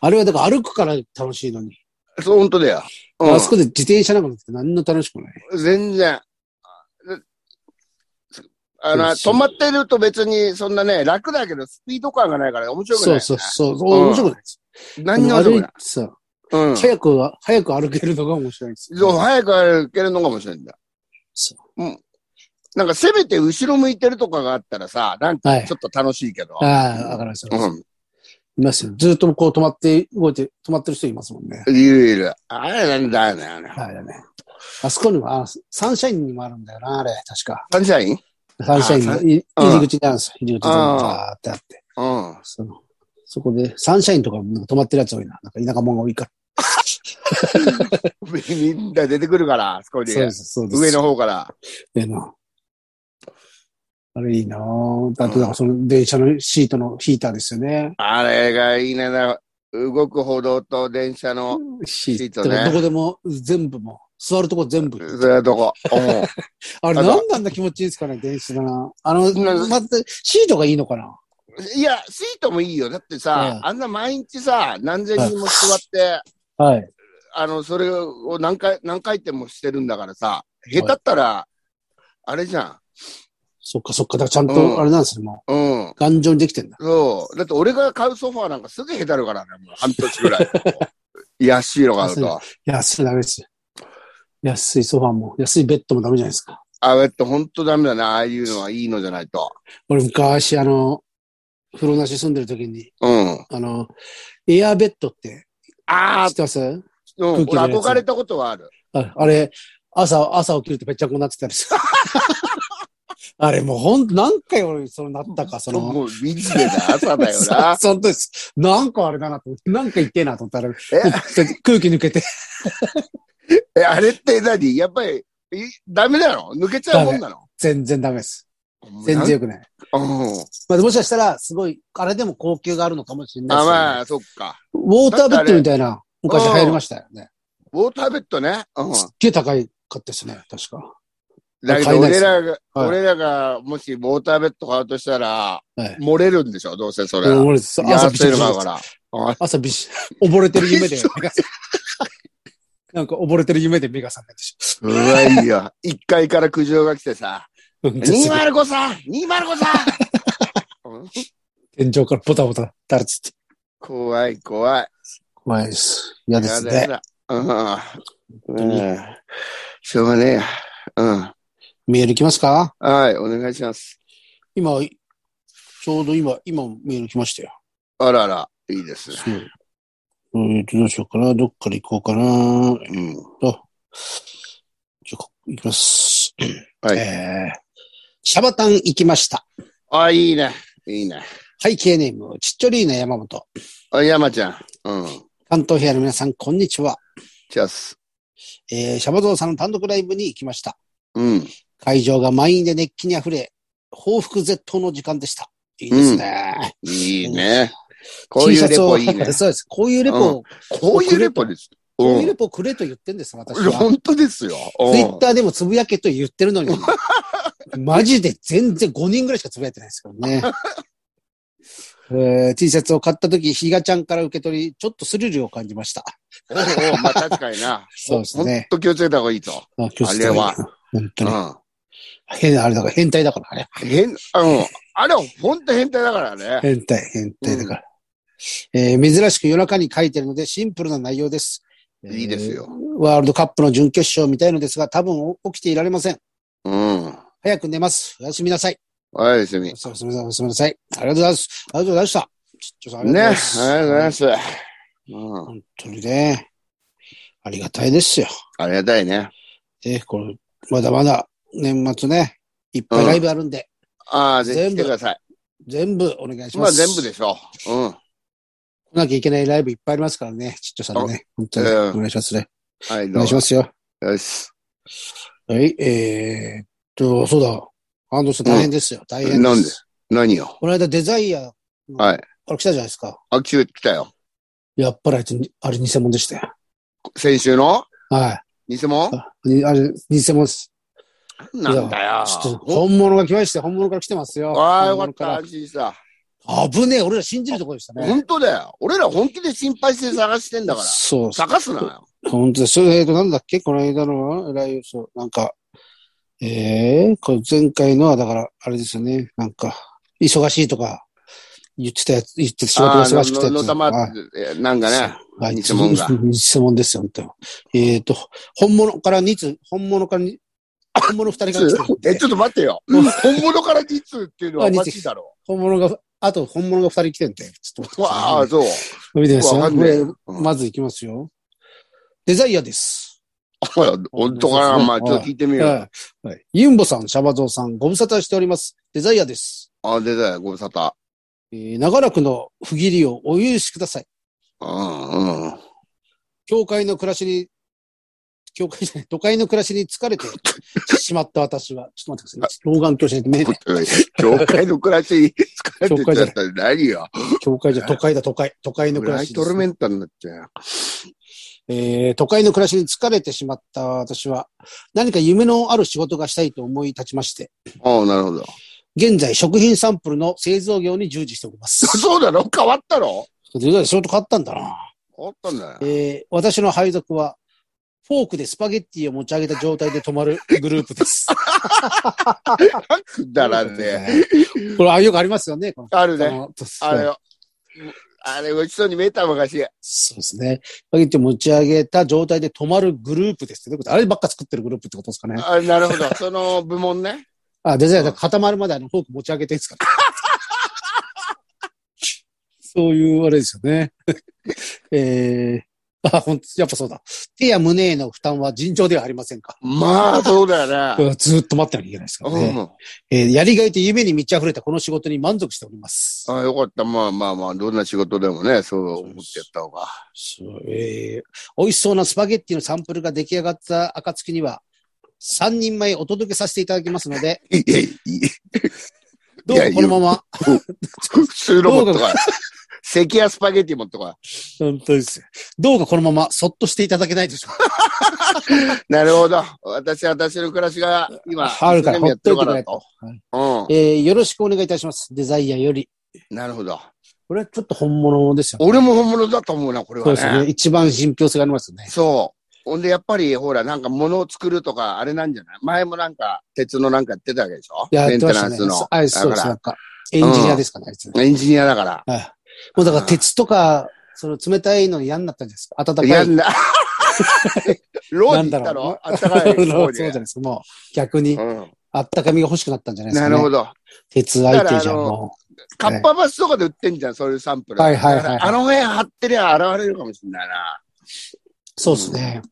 Speaker 2: あれはだから歩くから楽しいのに。
Speaker 1: そう、ほんとだよ。うん
Speaker 2: あそこで自転車なんか乗って何の楽しくもない。
Speaker 1: 全然。あの、
Speaker 2: です
Speaker 1: 止まってると別にそんなね、楽だけどスピード感がないから面白くない、
Speaker 2: そ
Speaker 1: ね。
Speaker 2: うそうそう。そう
Speaker 1: うん
Speaker 2: 面白くないです。
Speaker 1: 何にも
Speaker 2: 歩
Speaker 1: 面
Speaker 2: い
Speaker 1: 白
Speaker 2: て
Speaker 1: く
Speaker 2: さ、
Speaker 1: ない。うん。
Speaker 2: 早くは、早く歩けるのが面白いんです。
Speaker 1: そう、早く歩けるのが面白いんだ。。
Speaker 2: そう
Speaker 1: ん。なんかせめて後ろ向いてるとかがあったらさ、なんか
Speaker 2: はい
Speaker 1: ちょっと楽しいけど。
Speaker 2: ああ、わかりました。
Speaker 1: うん。
Speaker 2: いますよ。ずっとこう止まって、動いて、止まってる人いますもんね。
Speaker 1: いるいる。あれなんだよね、あれ。
Speaker 2: はい、だね。あそこにも、あサンシャインにもあるんだよな、あれ、確か。
Speaker 1: サンシャイン
Speaker 2: サンシャイン
Speaker 1: あ
Speaker 2: のい
Speaker 1: うん
Speaker 2: 入り口なんですよ。入り口に
Speaker 1: あー
Speaker 2: バーってあって。
Speaker 1: うん。
Speaker 2: そのそこで、サンシャインとかもなんか止まってるやつ多いな。なんか田舎者が多いから。 *laughs*
Speaker 1: みんな出てくるから、あそこに。
Speaker 2: そうです、そうです。
Speaker 1: 上の。方から。
Speaker 2: 上の。あれいいなぁ。だって、だからその電車のシートのヒーターですよね。
Speaker 1: あれがいいねな。動く歩道と電車の、
Speaker 2: シ
Speaker 1: シー
Speaker 2: ー
Speaker 1: ト
Speaker 2: ト
Speaker 1: ね
Speaker 2: どこでも、全部もう、座るとこ全部。
Speaker 1: それはどこ。
Speaker 2: *laughs*
Speaker 1: うん
Speaker 2: あれ、
Speaker 1: あと
Speaker 2: なんであんな気持ちいいですかね、電子だな。あの、
Speaker 1: うん
Speaker 2: まず、シートがいいのかない
Speaker 1: や、シートもいいよ。だってさ、
Speaker 2: うん
Speaker 1: あんな毎日さ、何千人も座って、
Speaker 2: はい。
Speaker 1: あの、それを何回、何回転もしてるんだからさ、下手ったら、あれじゃ
Speaker 2: そっかそっか。だからちゃん
Speaker 1: うん
Speaker 2: と、あれなんですね、も
Speaker 1: ん。うん
Speaker 2: う。。頑丈にできてんだ。
Speaker 1: そう。だって俺が買うソファーなんかすぐ下手るからね、もう半年ぐ
Speaker 2: *laughs*
Speaker 1: らい。安いの買うと。
Speaker 2: 安い、ダメです。安いソファーも、安いベッドもダメじゃないですか。
Speaker 1: あ、だってほんとダメだな。ああいうのはいいのじゃないと。
Speaker 2: 俺、昔、あの、風呂なし住んでる時に、
Speaker 1: うん。
Speaker 2: あの、エアーベッドって、
Speaker 1: ああ
Speaker 2: 知っ、てます
Speaker 1: うん、
Speaker 2: 空気のや
Speaker 1: 俺
Speaker 2: つ
Speaker 1: 憧れたことはある。
Speaker 2: ああれ、朝、朝起きるとぺっちゃんこになってたりする。
Speaker 1: *laughs*
Speaker 2: あれ、もうほん、何回俺、そうなったか、その、
Speaker 1: もう、ビジネス朝だよ
Speaker 2: *laughs* そう
Speaker 1: な。
Speaker 2: そうです。なんかあれだなと思って、なんか言ってえなと思ったら、空気抜けて、
Speaker 1: え、あれって何やっぱり、いダメなの抜けちゃうもんなの
Speaker 2: 全然ダメです。全然。良くない。
Speaker 1: うん。
Speaker 2: まあ、もしかしたら、すごい、あれでも高級があるのかもしれない
Speaker 1: あ、
Speaker 2: です、ね。
Speaker 1: まあ、そっか。
Speaker 2: ウォーターベッドみたいな、昔流行りましたよね。
Speaker 1: ウォーターベッドね。うん。
Speaker 2: すっげえ高いかったですね、確か。
Speaker 1: だけど
Speaker 2: 買えない
Speaker 1: 俺
Speaker 2: ですね
Speaker 1: らが、
Speaker 2: はい
Speaker 1: 俺らがもしウォーターベッド買うとしたら、
Speaker 2: はい
Speaker 1: 漏れるんでしょどうせそれ。
Speaker 2: 俺朝
Speaker 1: 安
Speaker 2: びし
Speaker 1: い
Speaker 2: ょ
Speaker 1: の
Speaker 2: びし
Speaker 1: 買
Speaker 2: ょ
Speaker 1: うから。うん
Speaker 2: *laughs* 朝びしょ、溺れてる夢 *laughs* で。なんか溺れてる夢で目が覚めてし
Speaker 1: うわ、いいよ。1階から苦情が来て
Speaker 2: *laughs*
Speaker 1: さ、
Speaker 2: まう。2
Speaker 1: 205さん !205
Speaker 2: *laughs*
Speaker 1: さんうん
Speaker 2: 天井からボタボタ、だるつって。
Speaker 1: 怖い、怖い。
Speaker 2: 怖いです。嫌です
Speaker 1: や
Speaker 2: ね。
Speaker 1: だやだう
Speaker 2: 当
Speaker 1: ん。
Speaker 2: に
Speaker 1: うん。しょうがねえや。うん。
Speaker 2: メールいきますか
Speaker 1: はい、お願いします。
Speaker 2: 今、ちょうど今、今メール来ましたよ。
Speaker 1: あらら、いいですね。
Speaker 2: そう。えっと、どうしようかな。どっから行こうかな。
Speaker 1: うん。
Speaker 2: じゃあ、行きます。
Speaker 1: はい
Speaker 2: えー、シャバタン行きました。
Speaker 1: あ、いいね。いいね。
Speaker 2: 背景ネーム、ちっちょりーな山本。
Speaker 1: あ、山ちゃん。うん。
Speaker 2: 関東平野の皆さん、こんにちは。
Speaker 1: チャス。
Speaker 2: えー、シャバゾウさんの単独ライブに行きました。
Speaker 1: うん。
Speaker 2: 会場が満員で熱気に溢れ、報復絶倒の時間でした。いいですね。
Speaker 1: いいね。こういう
Speaker 2: T シ
Speaker 1: レ
Speaker 2: ャツを。
Speaker 1: ポいいね
Speaker 2: そうです。こういうレポを、
Speaker 1: こういうレポです。
Speaker 2: こう
Speaker 1: う
Speaker 2: いうんレ。ポをくれと言ってんです、私は。
Speaker 1: 本当ですよ。うん
Speaker 2: ツイッターでもつぶやけと言ってるのに、マジで全然5人ぐらいしかつぶやいてないですか
Speaker 1: *laughs*
Speaker 2: らね。えー、T シャツを買った時、ひがちゃんから受け取り、ちょっとスリルを感じました。
Speaker 1: おうおうまあ確かにな。
Speaker 2: そうですね
Speaker 1: ほんと気をつけた方がいいと。
Speaker 2: あ気をつけて
Speaker 1: あれは
Speaker 2: 本当
Speaker 1: う
Speaker 2: に。
Speaker 1: ん。
Speaker 2: 変、あれだから、変態だからね。
Speaker 1: 変、あの、あれは本当変態だからね。
Speaker 2: *laughs* 変態、変態だから。えー珍しく夜中に書いてるので、シンプルな内容です。
Speaker 1: いいですよ
Speaker 2: えーワールドカップの準決勝を見たいのですが、多分起きていられません。
Speaker 1: うん。
Speaker 2: 早く寝ます。おやすみなさい。
Speaker 1: はい、おやすみ。ね。
Speaker 2: そうすみません、すみません。ありがとうございます。ありがとうございました。ちょっと
Speaker 1: あ
Speaker 2: あ
Speaker 1: り
Speaker 2: りがとうござい
Speaker 1: が
Speaker 2: ます。
Speaker 1: とうございます。うん。
Speaker 2: 本当にね。ありがたいですよ。
Speaker 1: ありがたいね。
Speaker 2: え、これ、まだまだ年末ね、いっぱいライブあるんで、
Speaker 1: ああ、ぜひ来てください。
Speaker 2: 全部お願いし
Speaker 1: ま
Speaker 2: ま
Speaker 1: あ
Speaker 2: す。
Speaker 1: 全部でしょう。うん。
Speaker 2: 来なきゃいけないライブいっぱいありますからね、ちっちゃさんね。本当に。
Speaker 1: うん
Speaker 2: お願いしますね。
Speaker 1: はい、
Speaker 2: お
Speaker 1: ど
Speaker 2: 願
Speaker 1: う
Speaker 2: いしますよ。
Speaker 1: もよし。
Speaker 2: はい、えー、っと、そうだ。安藤さん大変ですよ。大変です。
Speaker 1: なんで何よ。
Speaker 2: この間デザイア、
Speaker 1: はい。
Speaker 2: あれ来たじゃないですか。
Speaker 1: あ、来たよ。
Speaker 2: やっぱりあいつに、あれ偽物でしたよ。
Speaker 1: 先週の
Speaker 2: は
Speaker 1: 偽物
Speaker 2: い。あにあれ、偽物です。
Speaker 1: なんだよ。
Speaker 2: ちょっと、本物が来まして、本物から来てますよ。
Speaker 1: ああ、よかっ
Speaker 2: 本物
Speaker 1: た。
Speaker 2: ら
Speaker 1: 安心した。
Speaker 2: 危ねえ、俺ら信じるところでしたね。
Speaker 1: 本当だよ。俺ら本気で心配して探してんだから。
Speaker 2: そうそう。
Speaker 1: 探すなよ。
Speaker 2: 本当です。それ、えっと、なんだっけこの間の、ライブ、そう、なんか、ええこれ前回のは、だから、あれですよね。なんか、忙しいとか、言ってたやつ、言って仕事
Speaker 1: ああ、
Speaker 2: 忙しくて
Speaker 1: ののたま
Speaker 2: はい、
Speaker 1: えなんかね。
Speaker 2: はい、
Speaker 1: 偽物だ
Speaker 2: 偽物ですよ、本当にえっ、と、本物から2つ、本物からに、本物2人から来てるんで
Speaker 1: え、ちょっと待ってよ。
Speaker 2: うん
Speaker 1: 本物から実通っていうのは
Speaker 2: あ
Speaker 1: お
Speaker 2: 実
Speaker 1: かしいだろ
Speaker 2: 本物が、あと本物が2人来てるんで、ちょっと
Speaker 1: う。
Speaker 2: 待っ
Speaker 1: わあ、
Speaker 2: てくださいね
Speaker 1: そう。
Speaker 2: 見てみますよ
Speaker 1: わかんねえ
Speaker 2: これまずいきますよ。デザイアです。
Speaker 1: ほら、本当か
Speaker 2: そうそ
Speaker 1: な。
Speaker 2: う
Speaker 1: まあ、ちょっと聞いてみよう。
Speaker 2: はいはい。ユンボさん、シャバゾウさん、ご無沙汰しております。デザイアです。
Speaker 1: あ、出たよ。ご無沙汰。
Speaker 2: えー長らくの不義理をお許しください。
Speaker 1: うん、うん。
Speaker 2: 教会の暮らしに、教会じゃない、都会の暮らしに疲れてしまった私は、ちょっと待ってくださいね。老眼鏡じゃない、ね、
Speaker 1: 教会の暮らしに疲れてっちゃったら何よ。
Speaker 2: 教会じゃ、都会だ、都会、都会の
Speaker 1: ブ
Speaker 2: 暮
Speaker 1: ラ
Speaker 2: ら
Speaker 1: イ
Speaker 2: し
Speaker 1: ト
Speaker 2: です
Speaker 1: ルメンタになっちゃうよ。
Speaker 2: えー都会の暮らしに疲れてしまった私は、何か夢のある仕事がしたいと思い立ちまして、
Speaker 1: ああ、なるほど。 *laughs*
Speaker 2: 現在食品サンプルの製造業に従事しております。
Speaker 1: そうだろ変わったろ
Speaker 2: で仕事変わったんだな。
Speaker 1: 変わったんだよ
Speaker 2: え。ー私の配属は、フォークでスパゲッティを持ち上げた状態で止まるグループです。
Speaker 1: くだらねえ。
Speaker 2: これ、あ、よくありますよね。この
Speaker 1: ある
Speaker 2: あ
Speaker 1: ね。
Speaker 2: の
Speaker 1: あれよ。あれ、美味しそうに見えた昔。
Speaker 2: そうですね。スパゲッティを持ち上げた状態で止まるグループですってどういうことあればっか作ってるグループってことですかね。
Speaker 1: あなるほ
Speaker 2: *laughs*
Speaker 1: ど。その部門ね。
Speaker 2: あ、デザインが固まるまであのフォーク持ち上げていいですか *laughs* そういうあれですよね。 *laughs* えー、あ、ほんやっぱそうだ。手や胸への負担は尋常ではありませんか。
Speaker 1: まあ、そうだよね。
Speaker 2: ずーっと待ってなきゃいけないですから
Speaker 1: う
Speaker 2: ね、
Speaker 1: ん。
Speaker 2: えーやりがいと夢に満ち溢れたこの仕事に満足しております。
Speaker 1: あよかった。まあまあまあ、どんな仕事でもね、そう思ってやった方が。
Speaker 2: そうえー美味しそうなスパゲッティのサンプルが出来上がった暁には、3人前お届けさせていただきますので、
Speaker 1: いや、いい
Speaker 2: どうかこのまま。
Speaker 1: 普通の持ってこい。関谷スパゲティ持ってこい。
Speaker 2: 本当ですよ。どうかこのまま、そっとしていただけないでしょうか
Speaker 1: なるほど。私、私の暮らしが今、
Speaker 2: あるから、
Speaker 1: 一
Speaker 2: ほ
Speaker 1: 生
Speaker 2: っ
Speaker 1: 懸命やって
Speaker 2: といてくれ
Speaker 1: る
Speaker 2: と。
Speaker 1: からと。
Speaker 2: えーよろしくお願いいたします。デザイアより。
Speaker 1: うん。なるほど。
Speaker 2: これはちょっと本物ですよ、ね。
Speaker 1: 俺も本物だと思うな、これは
Speaker 2: そう
Speaker 1: ね。
Speaker 2: ですね。一番信憑性がありますよね。
Speaker 1: そう。ほんで、やっぱり、ほら、なんか物を作るとか、あれなんじゃない前もなんか、鉄のなんかやってたわけでしょ
Speaker 2: や
Speaker 1: メ
Speaker 2: っ
Speaker 1: ン
Speaker 2: て
Speaker 1: テ
Speaker 2: ま
Speaker 1: ナン
Speaker 2: したね。
Speaker 1: スの。
Speaker 2: あそうです。
Speaker 1: だ
Speaker 2: なんか、エンジニアですかね、あいつね。
Speaker 1: エンジニアだから。
Speaker 2: はい。もうだから鉄とか、その冷たいの嫌になったんじゃないですか。
Speaker 1: いや
Speaker 2: 暖か
Speaker 1: ん
Speaker 2: い。 *laughs*
Speaker 1: な。ローに行
Speaker 2: な
Speaker 1: っ
Speaker 2: ん
Speaker 1: た
Speaker 2: だ
Speaker 1: ろ
Speaker 2: ろ
Speaker 1: あったかい
Speaker 2: *laughs* そ
Speaker 1: 方
Speaker 2: うじゃない
Speaker 1: で。
Speaker 2: ですか。もう、逆に、
Speaker 1: うん
Speaker 2: あったかみが欲しくなったんじゃないです
Speaker 1: な
Speaker 2: か、ね。
Speaker 1: るほど。
Speaker 2: 鉄相手
Speaker 1: だか
Speaker 2: じ
Speaker 1: ら
Speaker 2: ゃ
Speaker 1: あ
Speaker 2: ん、
Speaker 1: の
Speaker 2: も
Speaker 1: かっぱ橋とかで売ってんじゃん、そういうサンプル。
Speaker 2: はいはいはい
Speaker 1: だからあの辺貼ってりゃ現れるかもしれないな。
Speaker 2: う。そうですね。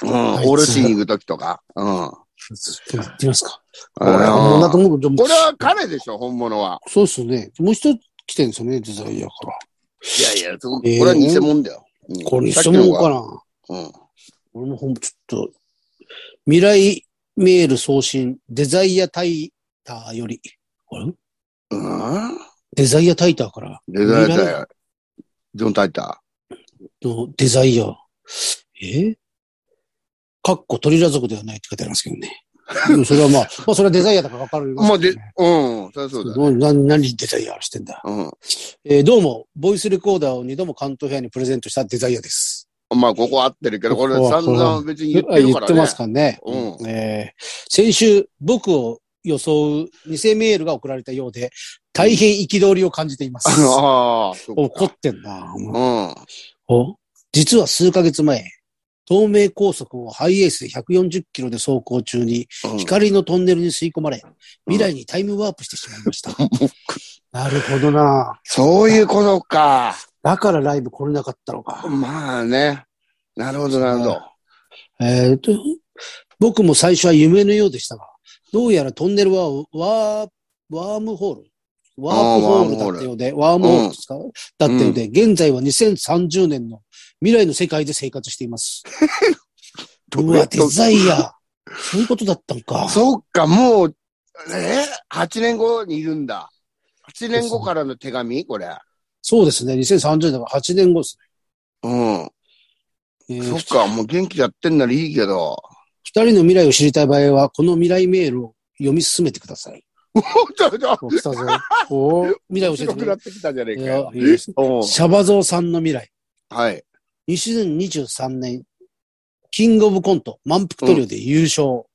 Speaker 1: うん
Speaker 2: あい。つ
Speaker 1: おろしに行くときとか。うん。
Speaker 2: ちょっと行ってみますか。
Speaker 1: あ
Speaker 2: これは本物だと
Speaker 1: の
Speaker 2: 思うけど、で
Speaker 1: こ
Speaker 2: も
Speaker 1: れは彼でしょ、本物は。
Speaker 2: そうですよね。もう一つ来てるんですよね、デザイアから。
Speaker 1: いやいや、そうこ
Speaker 2: えー
Speaker 1: れは偽物だよ。うん
Speaker 2: これ一
Speaker 1: さっ
Speaker 2: 物か。な
Speaker 1: きのがうん。
Speaker 2: 俺もほんちょっと、未来メール送信、デザイアタイターより、あれ
Speaker 1: うん
Speaker 2: デザイアタイターから
Speaker 1: デザイナーだよ。ジョン・タイタ
Speaker 2: のデザイア、えかっこ鳥ラ族ではないって書いてありますけどね。でもそれはまあ、 *laughs* まあそれはデザイアだからわかる
Speaker 1: ー。
Speaker 2: よ、
Speaker 1: まあ、で、うん、そりゃそうだよ。
Speaker 2: どう何、何デザイアしてんだ。
Speaker 1: う
Speaker 2: えーどうも、ボイスレコーダーを二度も関東部屋にプレゼントしたデザイアです。
Speaker 1: ん。まあ、ここ合ってるけど、これ
Speaker 2: ここは
Speaker 1: 散々別に言ってるからね。
Speaker 2: 言ってますからね。
Speaker 1: うん
Speaker 2: えー先週、僕を装う偽メールが送られたようで、大変憤りを感じています。
Speaker 1: ああ、そっ
Speaker 2: 怒
Speaker 1: か。
Speaker 2: ってんな。
Speaker 1: うん。
Speaker 2: お実は数ヶ月前、東名高速をハイエースで140キロで走行中に、光のトンネルに吸い込まれ、未来にタイムワープしてしまいました。 *laughs* なるほどな。
Speaker 1: そういうことか。
Speaker 2: だからライブ来れなかったのか。
Speaker 1: まあね。なるほど、なるほど。
Speaker 2: えーと、僕も最初は夢のようでしたが、どうやらトンネルはワーワームホールワープホールだったようで、ワームホールですか、だったようで、現在は2030年の未来の世界で生活しています。うわ、デザイア。そういうことだったんか。
Speaker 1: そっか、もう、え ?8 年後にいるんだ。8年後からの手紙これ。
Speaker 2: そうですね。2030年は8年後です
Speaker 1: うん。
Speaker 2: ね。え
Speaker 1: そ
Speaker 2: ー
Speaker 1: っか、もう元気やってんならいいけ
Speaker 2: *laughs*
Speaker 1: ど。
Speaker 2: 二人の未来を知りたい場合は、この未来メールを読み進めてください。
Speaker 1: ちょっと、
Speaker 2: お、来たぞ。 *laughs* お未来教え
Speaker 1: 白く
Speaker 2: てく
Speaker 1: な
Speaker 2: れ
Speaker 1: ってきたじゃねえ
Speaker 2: い
Speaker 1: か
Speaker 2: や
Speaker 1: よ。
Speaker 2: いいです
Speaker 1: うん
Speaker 2: シャバゾウさんの未来。
Speaker 1: はい。
Speaker 2: 2023年、キングオブコント、満腹トリオで優勝。
Speaker 1: お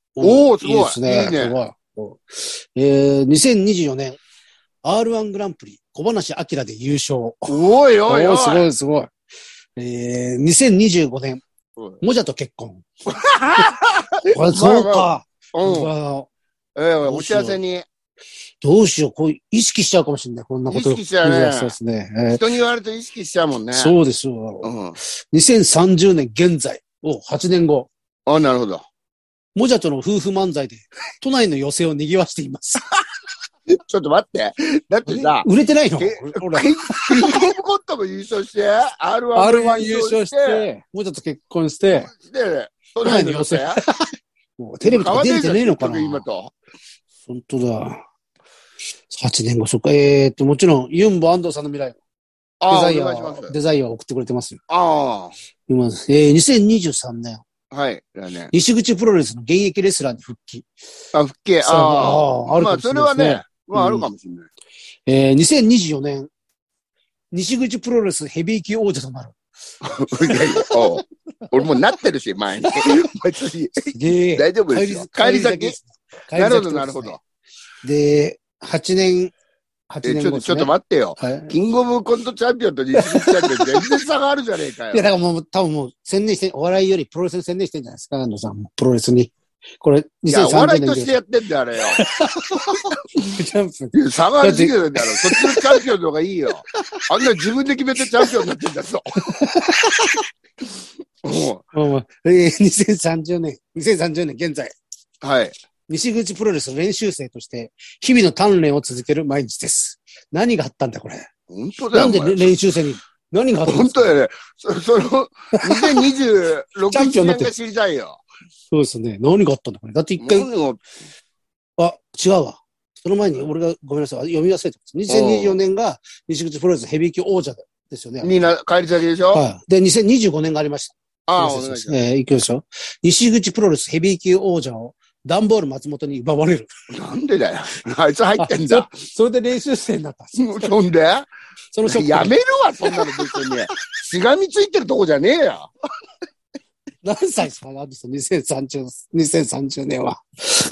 Speaker 1: ーすごい
Speaker 2: ですね。
Speaker 1: いいね
Speaker 2: すごい。えー、2024年、R1 グランプリ、小話明で優勝。
Speaker 1: おいおいお
Speaker 2: お
Speaker 1: い。
Speaker 2: ーすごいすごい。えー、2025年
Speaker 1: うん、
Speaker 2: もじゃと結婚。
Speaker 1: *laughs*
Speaker 2: これそうか。う
Speaker 1: うん。
Speaker 2: わ
Speaker 1: ええお幸せに。
Speaker 2: どうしよう、こう意識しちゃうかもしれない。こんなこと。
Speaker 1: 意識しちゃうね
Speaker 2: いやそうですね。えー
Speaker 1: 人に言われると意識しちゃうもんね。う。
Speaker 2: そうですよ。
Speaker 1: うん。
Speaker 2: 2030年現在を8年後、
Speaker 1: あ、なるほど。
Speaker 2: もじゃとの夫婦漫才で都内の寄席を賑わしています。
Speaker 1: ちょっと待って。だってさ、
Speaker 2: 売れてないの
Speaker 1: え
Speaker 2: ほら
Speaker 1: キンキングオブコントも優勝して、R1 も
Speaker 2: R1 優勝して、もじゃと結婚して、
Speaker 1: で、都内の寄せ。
Speaker 2: もうテレビとか出れてねえのかな
Speaker 1: 変わってんじゃん結局今と。
Speaker 2: 本当だ。8年後、そっか。えー、っと、もちろん、ユンボ安藤さんの未来、デ
Speaker 1: ああ、
Speaker 2: ザ
Speaker 1: お
Speaker 2: イア
Speaker 1: 願いしま
Speaker 2: ー、
Speaker 1: す。
Speaker 2: デザイアーを送ってくれてますよ。
Speaker 1: あ
Speaker 2: 今ですえー、2023年、
Speaker 1: あ、はい。だね。
Speaker 2: 西口プロレスの現役レスラーに復帰。
Speaker 1: あ、復帰。
Speaker 2: さ
Speaker 1: あ
Speaker 2: あ
Speaker 1: あ。
Speaker 2: ある
Speaker 1: ま
Speaker 2: か
Speaker 1: あ、
Speaker 2: もし
Speaker 1: そ
Speaker 2: れ
Speaker 1: れ
Speaker 2: な
Speaker 1: はい
Speaker 2: ですね
Speaker 1: ね。、まあ、あるかもしれない。
Speaker 2: えー、2024年、西口プロレスヘビー級王者となる。
Speaker 1: いやいやおう俺もうなってるし、
Speaker 2: *laughs*
Speaker 1: 前に。別に
Speaker 2: すげえ
Speaker 1: 大丈夫ですよ。帰り先
Speaker 2: す帰り
Speaker 1: なるほど、
Speaker 2: 先
Speaker 1: なるほど。
Speaker 2: で、8年、8
Speaker 1: え
Speaker 2: 年
Speaker 1: ちょっと、
Speaker 2: 後です、ね。
Speaker 1: ちょっと待ってよ。
Speaker 2: はい。
Speaker 1: キングオブコントチャンピオンと日清チャンピオン、全然差があるじゃねえか
Speaker 2: いや、
Speaker 1: よ。
Speaker 2: だからもう、多分もう、専念して、お笑いよりプロレスに専念してんじゃないですか、安藤さんも。プロレスに。これ、
Speaker 1: いや、お
Speaker 2: 2030
Speaker 1: 笑い
Speaker 2: 年
Speaker 1: としてやってんだよ、あれよ。
Speaker 2: チャンプ。 *laughs*
Speaker 1: いや差がありすぎるんだろ。そっちのチャンピオンの方がいいよ。あんな自分で決めてチャンピオンになってんだぞ。も
Speaker 2: うんうんえー、2030年、2030年現在、
Speaker 1: うはい。
Speaker 2: 西口プロレス練習生として、日々の鍛錬を続ける毎日です。何があったんだ、これ。
Speaker 1: 本当だ
Speaker 2: な
Speaker 1: よ。
Speaker 2: んで
Speaker 1: お前
Speaker 2: 練習生に、何があったんで
Speaker 1: 本
Speaker 2: すか
Speaker 1: 当だよね。そそ
Speaker 2: *laughs*
Speaker 1: の、2026
Speaker 2: チャンピオンになっ
Speaker 1: 年
Speaker 2: てる
Speaker 1: が知りたいよ。
Speaker 2: そうですね。何があったんだ、これ。だって一回、
Speaker 1: 何を
Speaker 2: あ、違うわ。その前に、俺が、ごめんなさい。読み忘れてます。2024年が西口プロレスヘビー級王者ですよね。
Speaker 1: みんな帰り先でしょ
Speaker 2: はい。で、2025年がありました。
Speaker 1: ああ、お願
Speaker 2: 失礼
Speaker 1: いし
Speaker 2: し
Speaker 1: ま
Speaker 2: ますえー、いきましょう。西口プロレスヘビー級王者を、ダンボール松本に奪われる。
Speaker 1: す。なんでだよ。 *laughs* あいつ入ってん
Speaker 2: あ
Speaker 1: だ。
Speaker 2: そそれで練習生になった。
Speaker 1: そんで
Speaker 2: そのショックで
Speaker 1: やめるわ、そんなの別に。しがみついてるとこじゃねえよ。
Speaker 2: 何歳ですかあと2030、2030年は。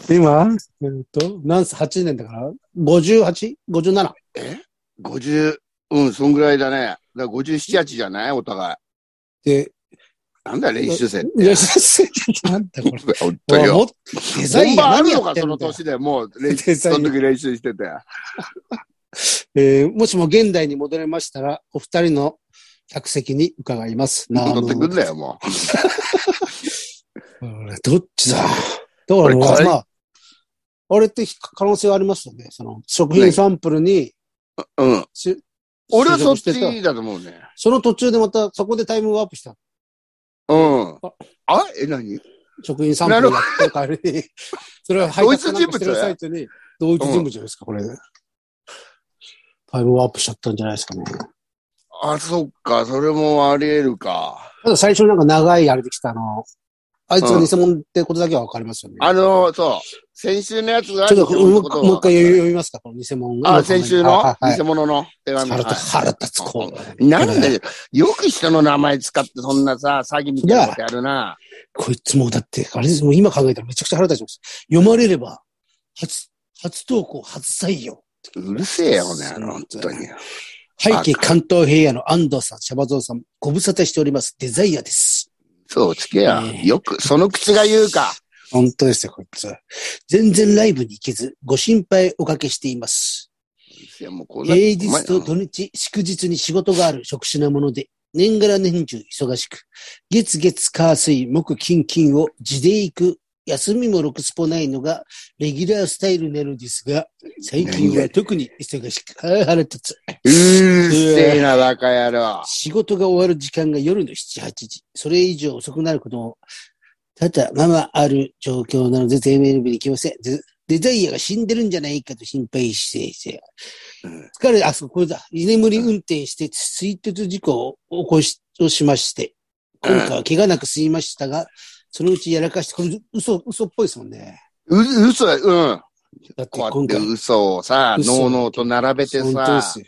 Speaker 2: 今、えっと、何歳 ?8 年だから ?58?57?
Speaker 1: 50、うん、そんぐらいだね。だから57、8じゃないお互い。
Speaker 2: で、
Speaker 1: なんだよ、練習生。
Speaker 2: いや、先生、なんだこれ。
Speaker 1: 本当に
Speaker 2: うわ
Speaker 1: よ。
Speaker 2: もっデザイン
Speaker 1: 本番あ
Speaker 2: 何
Speaker 1: る
Speaker 2: や
Speaker 1: の
Speaker 2: っ
Speaker 1: か、
Speaker 2: て
Speaker 1: そ
Speaker 2: んだ
Speaker 1: の
Speaker 2: よ
Speaker 1: 年でもう練習、
Speaker 2: デザイ
Speaker 1: そ
Speaker 2: ン
Speaker 1: の時練習してて。
Speaker 2: えーもしも現代に戻れましたら、お二人の客席に伺います。なあ
Speaker 1: 戻
Speaker 2: の
Speaker 1: ってくんだよ、もう。
Speaker 2: うんどっちだだから
Speaker 1: これ
Speaker 2: まあ、あれって可能性はありますよね。その、食品サンプルに、
Speaker 1: うん。
Speaker 2: し
Speaker 1: 俺はそっ
Speaker 2: 就職してた
Speaker 1: ちだと思うね。
Speaker 2: その途中でまた、そこでタイムワープした。
Speaker 1: うん
Speaker 2: あ。
Speaker 1: あ、え、何
Speaker 2: 食品サンプルやってる帰りに、 *laughs* それは配達なんかしてるサイトに、同一
Speaker 1: 人物
Speaker 2: 人物じゃないですか、これ。タイムワープしちゃったんじゃないですかね。
Speaker 1: あ、そっか、それもあり得るか。
Speaker 2: ただ最初なんか長いあれできたあの、あいつが偽物ってことだけはわかりますよね。
Speaker 1: あの、そう。先週のやつが、
Speaker 2: ちょっと、もうもう
Speaker 1: こと
Speaker 2: 一回読みますか、この偽物。
Speaker 1: あ、先週の
Speaker 2: はいはい
Speaker 1: 偽物の手紙。
Speaker 2: 腹
Speaker 1: はい
Speaker 2: 立つ、腹立つ、こう。
Speaker 1: なんだよ。よく人の名前使ってそんなさ、詐欺みたいなことやるな。
Speaker 2: こいつもうだって、あれです、もう今考えたらめちゃくちゃ腹立ちます。読まれれば、初、初投稿、初採用。
Speaker 1: うるせえよ、この野郎、本当に。
Speaker 2: 背景関東平野の安藤さん、シャバゾウさん、ご無沙汰しております。デザイアです。
Speaker 1: そう、つけや。
Speaker 2: ねえ
Speaker 1: よく、その口が言うか。
Speaker 2: 本当ですよ、こいつ。全然ライブに行けず、ご心配おかけしています。
Speaker 1: いや、もうこうな
Speaker 2: 平
Speaker 1: って
Speaker 2: 日と土日、祝日に仕事がある職種なもので、年がら年中忙しく、月月火水木金金を地で行く休みもろくすぽないのが、レギュラースタイルなのですが、最近は特に忙しく、 *laughs* あー腹立つ。
Speaker 1: うーせえな、バカ野郎。
Speaker 2: 仕事が終わる時間が夜の7、8時。それ以上遅くなることも、多々ままある状況なので全面に行きません。デデザイアが死んでるんじゃないかと心配していて
Speaker 1: うん。
Speaker 2: 疲れ、あ、そう、これだ。居眠り運転して追突事故を起こし、をしまして、今回は怪我なく済みましたが、そのうちやらかして、これ嘘、嘘っぽいですもんね。
Speaker 1: う、嘘、うん。
Speaker 2: だって
Speaker 1: こ
Speaker 2: 今
Speaker 1: うや
Speaker 2: 回
Speaker 1: って。嘘をさ、
Speaker 2: 嘘
Speaker 1: のうのうと並べて
Speaker 2: 本当で
Speaker 1: さ
Speaker 2: す、よ。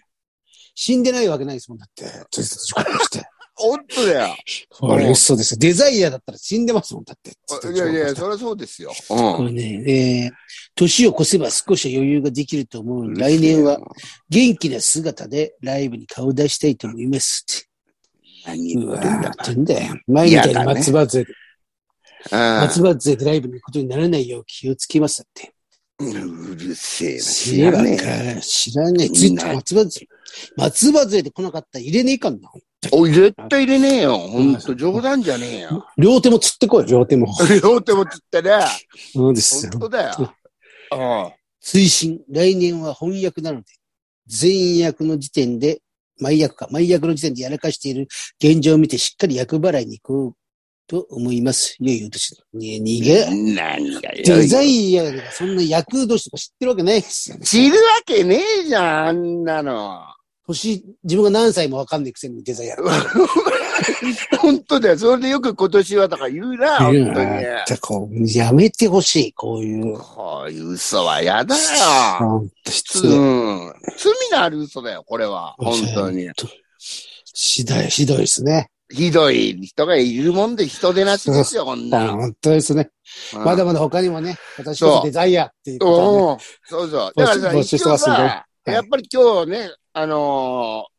Speaker 2: 死んでないわけないですもん、だって。追突事故起こして。
Speaker 1: おっとだよ。
Speaker 2: これ嘘ですよ。デザイアだったら死んでますもん、だって。
Speaker 1: いやいや、そりゃそうですよ。う
Speaker 2: こ
Speaker 1: ん。
Speaker 2: れね、えー年を越せば少しは余裕ができると思うので。来年は元気な姿でライブに顔を出したいと思いますって。
Speaker 1: 何
Speaker 2: う
Speaker 1: 言っ
Speaker 2: わ
Speaker 1: てんだ
Speaker 2: ーってんだよ。前みたいに松葉杖、
Speaker 1: うん
Speaker 2: 松葉杖でライブに行くことにならないよう気をつけますって。
Speaker 1: うるせえな。
Speaker 2: 知
Speaker 1: 知
Speaker 2: ら
Speaker 1: ら
Speaker 2: ね
Speaker 1: ね
Speaker 2: え。知らねえ。ずっと松葉杖。松葉杖で来なかったら入れねえかんな。
Speaker 1: え。おい、絶対入れねえよ。ほんと、冗談じゃねえよ。
Speaker 2: 両手もつってこい、両手も。
Speaker 1: 両手もつってね。
Speaker 2: そうです
Speaker 1: ほ
Speaker 2: よ
Speaker 1: ん。とだよ。うん。
Speaker 2: 推進、来年は翻訳なので、全役の時点で、毎役か、毎役の時点でやらかしている現状を見て、しっかり役払いに行こうと思います。良いお年だ。ねえ、逃
Speaker 1: 何
Speaker 2: げ。
Speaker 1: がよ
Speaker 2: デザイアがそんな役年とか知ってるわけないですよね。
Speaker 1: 知るわけねえじゃん、あんなの。 *laughs*
Speaker 2: 年、自分が何歳もわかんないくせにデザイア。
Speaker 1: 本当だよ。それでよく今年はとか言うな、本
Speaker 2: い
Speaker 1: 当
Speaker 2: や
Speaker 1: に。
Speaker 2: だからこうやめてほしい、こういう。
Speaker 1: こういう嘘はやだよ。
Speaker 2: ほんと
Speaker 1: う
Speaker 2: 失礼。
Speaker 1: ん。罪のある嘘だよ、これは。本当に。
Speaker 2: ひどい、ひどいですね。
Speaker 1: ひどい人がいるもんで人出なしですよ、こんな。
Speaker 2: 本当ですね。
Speaker 1: うん
Speaker 2: まだまだ他にもね、私こそデザイアっていうことをね
Speaker 1: おお、そうそう。だからさ、一
Speaker 2: 募集
Speaker 1: 応
Speaker 2: 募集してますんで
Speaker 1: さ、
Speaker 2: い
Speaker 1: やっぱり今日ね、あのー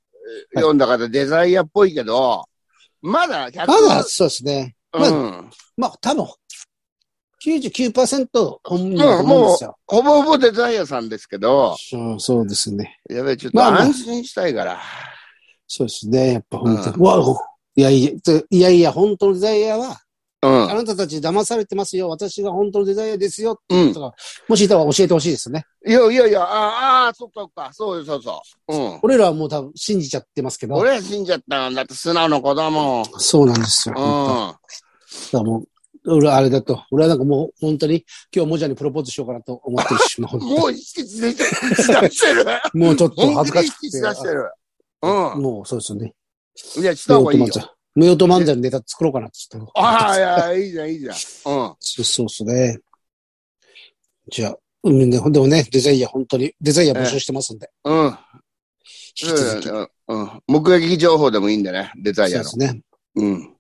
Speaker 1: 読んだ方デザイアっぽいけど、まだ100、
Speaker 2: まだ、そうですね。まだ
Speaker 1: うん、
Speaker 2: まあ、多分、99%本人だと思うんですよ。
Speaker 1: ほぼほぼデザイアさんですけど、
Speaker 2: そうそうですね。
Speaker 1: やべえ、ちょっ
Speaker 2: まあ
Speaker 1: と
Speaker 2: まあ
Speaker 1: 安心したいから。
Speaker 2: そうですね。やっぱ本当に。
Speaker 1: う
Speaker 2: うわおいやいや、ついやいや、本当のデザイアは、
Speaker 1: うん
Speaker 2: あ。なたたち騙されてますよ。私が本当のデザイアですよ。
Speaker 1: うん。
Speaker 2: とか、もしいたら教えてほしいですね。
Speaker 1: いやいやいや、ああ、そっかそっか、そうよそうそう。うん。
Speaker 2: 俺らはもう多分信じちゃってますけど。
Speaker 1: 俺は死んじゃったんだって素直な子だもん。
Speaker 2: そうなんです *laughs* よ。
Speaker 1: う
Speaker 2: 本
Speaker 1: ん。
Speaker 2: 当だからもう、俺はあれだと。俺はなんかもう本当に今日もじゃにプロポーズしようかなと思ってるし、もう
Speaker 1: もう意識し出してる。
Speaker 2: もうちょっと
Speaker 1: 本
Speaker 2: 恥ず
Speaker 1: 気で
Speaker 2: か
Speaker 1: 意
Speaker 2: しく
Speaker 1: 識し出して
Speaker 2: て。
Speaker 1: る。う
Speaker 2: もうそうですよね。
Speaker 1: ん。いや、した方がいいよ。
Speaker 2: 無用と漫才のネタ作ろうかなってちょっと。
Speaker 1: ああ、いや、いいじゃん、いいじゃん。うん。
Speaker 2: そうそうですね。じゃあ、うん、ね、でもね、デザイア本当に、デザイア募集してますんで、
Speaker 1: うん。
Speaker 2: 引き続き。
Speaker 1: うんうん。目撃情報でもいいんだね、デザ
Speaker 2: そう
Speaker 1: イア
Speaker 2: で
Speaker 1: の。
Speaker 2: すね。
Speaker 1: うん。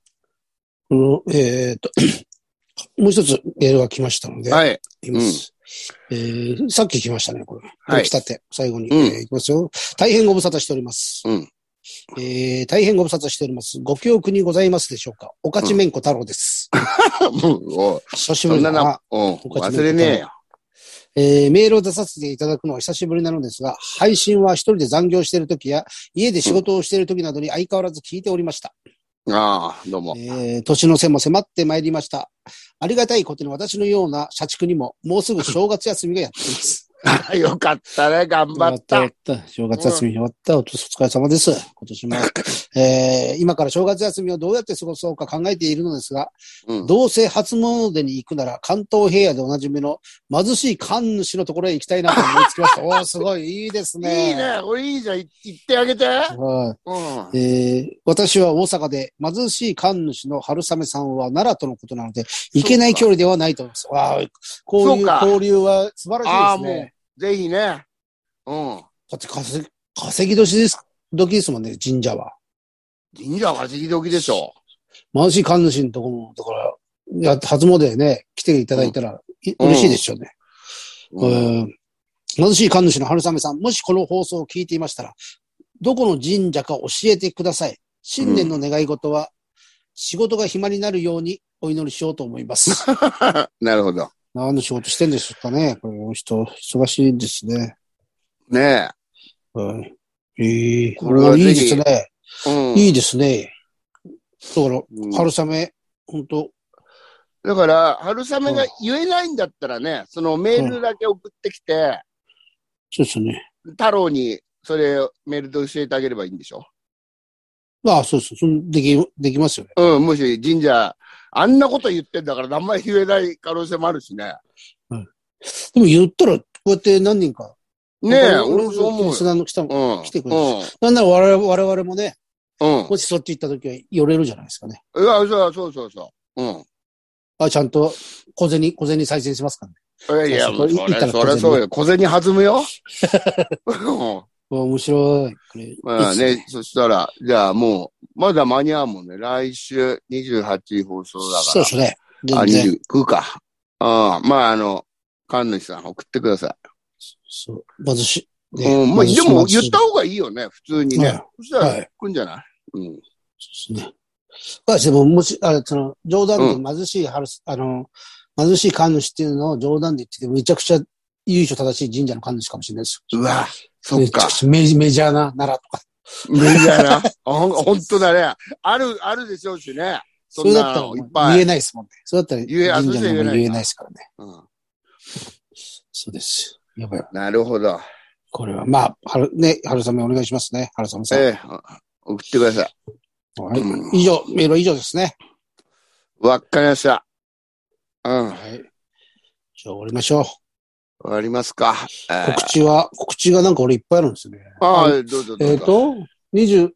Speaker 2: この、えーっと、 *coughs* もう一つメールが来ましたので、
Speaker 1: はい。 *laughs*
Speaker 2: います。えーさっき来ましたね、これ。
Speaker 1: はい
Speaker 2: 来たて、最後に、
Speaker 1: うん
Speaker 2: えーいきますよ。大変ご無沙汰しております。
Speaker 1: うん
Speaker 2: えー大変ご無沙汰しております。ご記憶にございますでしょうかおかちめんこ太郎です。
Speaker 1: もうおう
Speaker 2: 久しぶ
Speaker 1: そん
Speaker 2: り
Speaker 1: な
Speaker 2: だな
Speaker 1: な。、うん。忘れねえよ。
Speaker 2: えーメールを出させていただくのは久しぶりなのですが、配信は一人で残業している時や、家で仕事をしている時などに相変わらず聞いておりました。
Speaker 1: ああ、どうも。 *laughs*
Speaker 2: えー年の瀬も迫ってまいりました。ありがたいことに私のような社畜にも、もうすぐ正月休みがやってきます。
Speaker 1: よかったね、頑張った。
Speaker 2: 終わった終わった正月休み終わった。お疲れ様です。今
Speaker 1: *laughs*
Speaker 2: 年も。えー今から正月休みをどうやって過ごそうか考えているのですが、
Speaker 1: うん。
Speaker 2: どうせ初詣に行くなら関東平野でおなじみの貧しい神主のところへ行きたいなと思いつきました。
Speaker 1: *laughs*
Speaker 2: おー、すごい、いいです
Speaker 1: いい
Speaker 2: ね。
Speaker 1: ね、これいいじゃん、い言ってあげて。
Speaker 2: は
Speaker 1: うん
Speaker 2: い。。えー私は大阪で貧しい神主の春雨さんは奈良とのことなので、行けない距離ではないと思います。わあ、こうい
Speaker 1: そう
Speaker 2: う
Speaker 1: か
Speaker 2: 交流は素晴
Speaker 1: あ
Speaker 2: ら
Speaker 1: あ、
Speaker 2: しい
Speaker 1: も
Speaker 2: ですね。
Speaker 1: う、ぜひね。うん。
Speaker 2: だって稼ぎ、稼ぎ年です、時ですもんね、神社は。
Speaker 1: 神社は稼ぎ時でしょ。
Speaker 2: 貧しい神主のところも、だから、や初詣でね、来ていただいたら、い
Speaker 1: うん
Speaker 2: 嬉しいでしょうね。
Speaker 1: う。
Speaker 2: うんん貧しい神主の春雨さん、もしこの放送を聞いていましたら、どこの神社か教えてください。新年の願い事は、仕事が暇になるようにお祈りしようと思います。
Speaker 1: *laughs* なるほど。
Speaker 2: 何の仕事してんでしょうかねこの人、忙しいですね。
Speaker 1: ね
Speaker 2: はい。ええ
Speaker 1: これはぜひ
Speaker 2: いいですね。
Speaker 1: え。うん。
Speaker 2: いいですね。だから、
Speaker 1: うん
Speaker 2: 春雨、本当
Speaker 1: だから、春雨が言えないんだったらね、そのメールだけ送ってきて、
Speaker 2: そうですよね。
Speaker 1: 太郎にそれメールと教えてあげればいいんでしょ
Speaker 2: ああ、そうそうそん。でき、できますよね。
Speaker 1: うん、もし神社、あんなこと言ってんだから何も言えない可能性もあるしね。
Speaker 2: でも言ったら、こうやって何人か。
Speaker 1: ねえ、俺
Speaker 2: 俺
Speaker 1: もそう思う
Speaker 2: も
Speaker 1: よ
Speaker 2: リスナーの来たも。
Speaker 1: うん。
Speaker 2: 来てくれ
Speaker 1: うん。
Speaker 2: なんなら我々我々もね、
Speaker 1: うん。
Speaker 2: もしそっち行った時は寄れるじゃないですかね。
Speaker 1: いや、そうそうそうそう。うん。
Speaker 2: あ、ちゃんと小銭、小銭再生しますからね。
Speaker 1: いやいや、も
Speaker 2: そうう
Speaker 1: そ
Speaker 2: そう
Speaker 1: れ、
Speaker 2: いいから
Speaker 1: それそうよ。小銭弾む
Speaker 2: *laughs*
Speaker 1: よ。うん
Speaker 2: うわ面白い。これ
Speaker 1: まあ
Speaker 2: いいっす
Speaker 1: ね、そしたら、じゃあもう、まだ間に合うもんね。来週28放送
Speaker 2: そ
Speaker 1: だ
Speaker 2: う
Speaker 1: か
Speaker 2: ですね。
Speaker 1: ら。あ、
Speaker 2: 全然。
Speaker 1: 29か。ああまああの、神主さん送ってくださ
Speaker 2: そう。まずし、
Speaker 1: い。
Speaker 2: ね
Speaker 1: うん、まあ
Speaker 2: ず
Speaker 1: で
Speaker 2: し
Speaker 1: も
Speaker 2: ます
Speaker 1: 言った方がいいよね、普通に
Speaker 2: は
Speaker 1: ね
Speaker 2: い。
Speaker 1: そしたら
Speaker 2: は
Speaker 1: 来
Speaker 2: い
Speaker 1: るんじゃないうん。
Speaker 2: そうですね。まあ、でも、もし、あその、冗談で貧しい春、あの、貧しい神主っていうのを冗談で言ってて、めちゃくちゃ由緒正しい神社の神主かもしれないですよ。
Speaker 1: うわ、そっ
Speaker 2: めちゃ
Speaker 1: か
Speaker 2: く。ちゃメジメジャーな奈良とか。
Speaker 1: 無理だな。ほん、ほんとだね。ある、あるでしょうしね。そ
Speaker 2: そ
Speaker 1: ん
Speaker 2: れだ
Speaker 1: な
Speaker 2: ったら
Speaker 1: のいっぱ
Speaker 2: 言
Speaker 1: い。
Speaker 2: えないですもんね。それだったら
Speaker 1: 言えあ
Speaker 2: 神社の
Speaker 1: そうで
Speaker 2: 名
Speaker 1: すよ
Speaker 2: 前
Speaker 1: ね
Speaker 2: 言えないですからね。
Speaker 1: うん
Speaker 2: そうです。やばい。
Speaker 1: なるほど。
Speaker 2: これは、まあ、春、ね、春雨お願いしますね。春雨さん。
Speaker 1: ええ、送ってください。
Speaker 2: はい
Speaker 1: うん
Speaker 2: 以上、メールは以上ですね。
Speaker 1: わかりました。うん。終
Speaker 2: はい。じゃあ終わりましょう。
Speaker 1: わりますか。ええ
Speaker 2: 告知は、告知がなんか俺いっぱいあるんですよね。
Speaker 1: ああ、どうぞど
Speaker 2: え
Speaker 1: う
Speaker 2: っ、
Speaker 1: ぞ。
Speaker 2: と、20、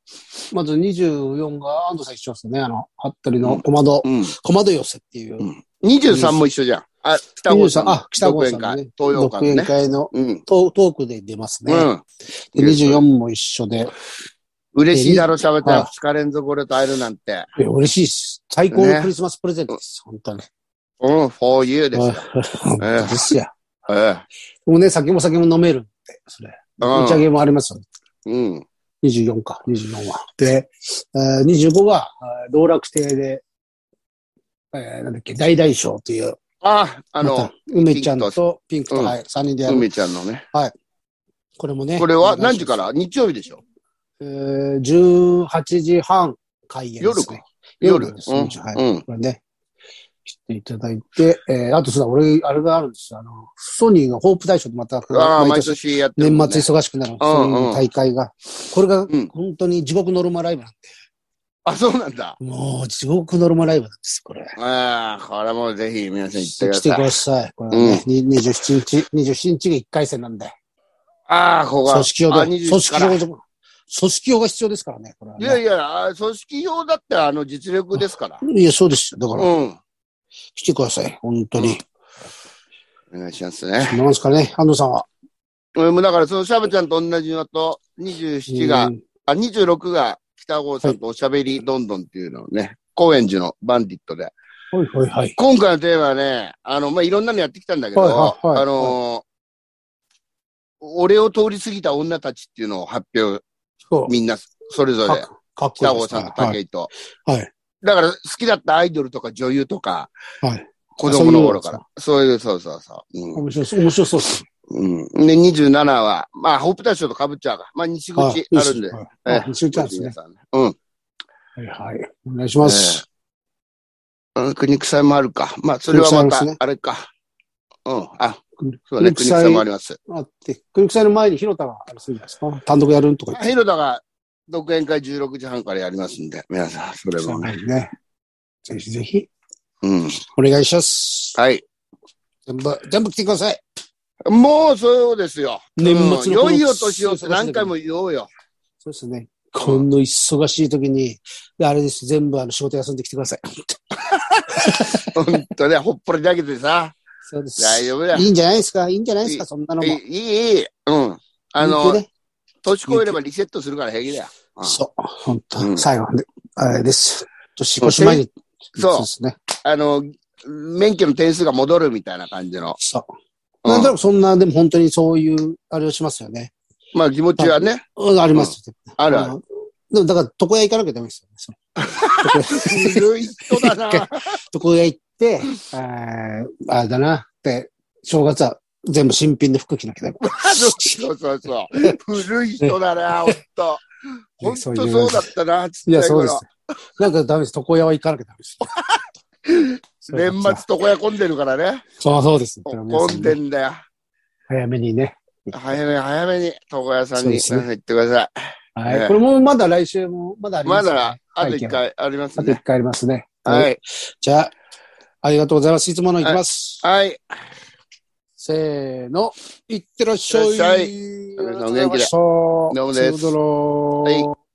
Speaker 2: まず24が安藤さん一緒ですね。あの、ハッタリの小窓、
Speaker 1: うん。
Speaker 2: 小窓寄せっていう。
Speaker 1: うん23も一緒じゃん。あ、北郷さん。
Speaker 2: 23あ北郷さん
Speaker 1: 独演会
Speaker 2: ね
Speaker 1: 東洋
Speaker 2: 独
Speaker 1: 館
Speaker 2: 演
Speaker 1: ね。
Speaker 2: 会の
Speaker 1: うん。
Speaker 2: トートークで出ますね。
Speaker 1: うん。
Speaker 2: で24も一緒で、
Speaker 1: 嬉しいだろ、喋ったら
Speaker 2: あ
Speaker 1: 2日連続俺と会えるなんて。
Speaker 2: いや嬉しいです。最高のクリスマスプレゼントです。本当に。
Speaker 1: うん、for you ですよ。
Speaker 2: 本当ですよ。
Speaker 1: え
Speaker 2: もうね、酒も酒も飲めるんで、それ。
Speaker 1: え
Speaker 2: 打ち上げもありますよ。
Speaker 1: うん。うん。
Speaker 2: 24か、24は。で、えー25が、あー道楽亭で、えーなんだっけ、大大将という、
Speaker 1: あ、あ
Speaker 2: ま
Speaker 1: の
Speaker 2: た、、梅ちゃん
Speaker 1: ピンク
Speaker 2: とピンク
Speaker 1: う
Speaker 2: と、
Speaker 1: ん
Speaker 2: はい、3人でやる。
Speaker 1: 梅ちゃんのね。
Speaker 2: これもね。
Speaker 1: これは
Speaker 2: お願い
Speaker 1: 何
Speaker 2: し
Speaker 1: 時
Speaker 2: ま
Speaker 1: から
Speaker 2: す
Speaker 1: 日曜日でしょ
Speaker 2: えー、18時半開演です、ね。
Speaker 1: 夜
Speaker 2: 夜です、
Speaker 1: うん
Speaker 2: 24はい。
Speaker 1: うん。
Speaker 2: これね。来ていただいて、えー、あとそうだ、俺、あれがあるんですよ。あの、ソニーがホープ大賞でまた、
Speaker 1: ああ、毎
Speaker 2: 毎年
Speaker 1: 年やってるもんね。
Speaker 2: 年末忙しくなる、
Speaker 1: うんうん
Speaker 2: そういう大会が。これが
Speaker 1: ん、
Speaker 2: 本当に地獄ノルマライブなんで。
Speaker 1: あ、そうなんだ。
Speaker 2: もう、地獄ノルマライブなんです、これ。
Speaker 1: ああ、これもぜひ皆さん行ってくだ
Speaker 2: 来て
Speaker 1: さ
Speaker 2: く
Speaker 1: い。
Speaker 2: ださい。これはね、に27日、27日が1回戦なんで。
Speaker 1: ああ、ここが。
Speaker 2: 組織票
Speaker 1: あ
Speaker 2: で、組
Speaker 1: 21
Speaker 2: 織
Speaker 1: か
Speaker 2: 票
Speaker 1: ら
Speaker 2: で、組織票が必要ですからね、これはい
Speaker 1: や
Speaker 2: ね。
Speaker 1: いや、あ組織票だってあの実力ですから。
Speaker 2: いや、そうですよ。だから、
Speaker 1: うん。
Speaker 2: 来てください。本当に。
Speaker 1: お願いしますね。
Speaker 2: なんですかね、安藤さんは。
Speaker 1: 俺もだから、そのシャブちゃんと同じのと、27が、
Speaker 2: うん
Speaker 1: あ、26が北郷さんとおしゃべりどんどんっていうのをね、高円寺のバンディットで。
Speaker 2: はいはいはい。
Speaker 1: 今回のテーマはね、あの、まあ、いろんなのやってきたんだけど、
Speaker 2: はいはいはい
Speaker 1: あのー俺を通り過ぎた女たちっていうのを発表、
Speaker 2: そう。
Speaker 1: みんな、それぞれ、
Speaker 2: かかっこい
Speaker 1: 北
Speaker 2: いで
Speaker 1: 郷
Speaker 2: す
Speaker 1: さ
Speaker 2: ね。
Speaker 1: んと武井と。
Speaker 2: はいはい
Speaker 1: だから、好きだったアイドルとか女優とか、
Speaker 2: はい
Speaker 1: 子供の頃から。そういう、そうそうそう。うん
Speaker 2: 面白そう、面白そうです。
Speaker 1: うん。で、27は、まあ、ホープ大賞とかぶっちゃうが、まあ、西口
Speaker 2: は
Speaker 1: あ
Speaker 2: い
Speaker 1: るんで。。
Speaker 2: はいあ西口あるんです
Speaker 1: 皆
Speaker 2: ね。
Speaker 1: さんねうん。
Speaker 2: はいはい。お願いします。
Speaker 1: うん国臭いもあるか。まあ、それはま
Speaker 2: 国
Speaker 1: た
Speaker 2: 際ですね、
Speaker 1: あれか。うん。あ、そうだね。国
Speaker 2: 国際
Speaker 1: 臭いもあります。
Speaker 2: あって、クリクサイの前に広田があれするんじゃないですか単独やるんとか言って。
Speaker 1: 広田が、独演会16時半からやりますんで、皆さん、それもね。
Speaker 2: はいね。ぜひぜひ、
Speaker 1: うん。
Speaker 2: お願いします。
Speaker 1: はい。
Speaker 2: 全部、全部来てください。
Speaker 1: もう、そうですよ。
Speaker 2: 年末の
Speaker 1: う
Speaker 2: この
Speaker 1: ん良いお年をって何回も言おうよ。
Speaker 2: そうですね。この忙しい時に、であれです、全部あの仕事休んできてください。
Speaker 1: ほんとね、ほっぽりだけでさ。
Speaker 2: そうです。
Speaker 1: 大丈夫だ。い
Speaker 2: いいんじゃないですかいいんじゃないです
Speaker 1: い
Speaker 2: かそんなの
Speaker 1: い、
Speaker 2: も。
Speaker 1: いい、いい。うん。あ
Speaker 2: 本当
Speaker 1: の、
Speaker 2: ね、
Speaker 1: 年越えればリセットするから平気だよ。うん
Speaker 2: そう、本当、
Speaker 1: うん
Speaker 2: 最後まで、あれです。年越し前に。
Speaker 1: そう
Speaker 2: ですね。
Speaker 1: あの、免許の点数が戻るみたいな感じの。
Speaker 2: そう。
Speaker 1: うん
Speaker 2: なんとなくそんな、でも本当にそういう、あれをしますよね。
Speaker 1: まあ気持ちはね、
Speaker 2: うん、ありますよ。
Speaker 1: あるあ
Speaker 2: あ
Speaker 1: る。
Speaker 2: のでもだから、床屋行かなきゃダメですよねそう。
Speaker 1: ずるい人だな。
Speaker 2: 床屋行って、あーあれだな、って、正月は全部新品で服着なきゃダメ。
Speaker 1: *laughs* そうそうそう。古い人だな、ほん
Speaker 2: *laughs*
Speaker 1: と。ほんとそうだったな、ちっ
Speaker 2: い
Speaker 1: ちゃ
Speaker 2: や、
Speaker 1: い
Speaker 2: そう
Speaker 1: 頃 *laughs*
Speaker 2: です。なんかダメです。床屋は行かなきゃダメです。
Speaker 1: 年末床屋混んでるからね。
Speaker 2: そうそうです。だから皆さ
Speaker 1: 混んで
Speaker 2: ね
Speaker 1: んだよ。
Speaker 2: 早めにね。
Speaker 1: 早め早めに床屋さん
Speaker 2: そう
Speaker 1: に
Speaker 2: で
Speaker 1: 皆
Speaker 2: す
Speaker 1: さ
Speaker 2: ね
Speaker 1: ん行ってくださ
Speaker 2: は
Speaker 1: え
Speaker 2: い。
Speaker 1: え
Speaker 2: これもまだ来週も、まだあ
Speaker 1: い。
Speaker 2: りま
Speaker 1: ます
Speaker 2: ね、
Speaker 1: だあと
Speaker 2: 会
Speaker 1: 一
Speaker 2: 見
Speaker 1: 回あります
Speaker 2: あと
Speaker 1: ね
Speaker 2: 一。回ありますね。
Speaker 1: は。い。
Speaker 2: じゃあ、ありがとうございます。いつものいきます。
Speaker 1: はい。
Speaker 2: せーの。いってらっしゃい。
Speaker 1: いってらっしゃい
Speaker 2: あり
Speaker 1: 皆
Speaker 2: が
Speaker 1: さん
Speaker 2: とう
Speaker 1: お
Speaker 2: ござい
Speaker 1: 元気で
Speaker 2: ました。ど
Speaker 1: うもです
Speaker 2: はい。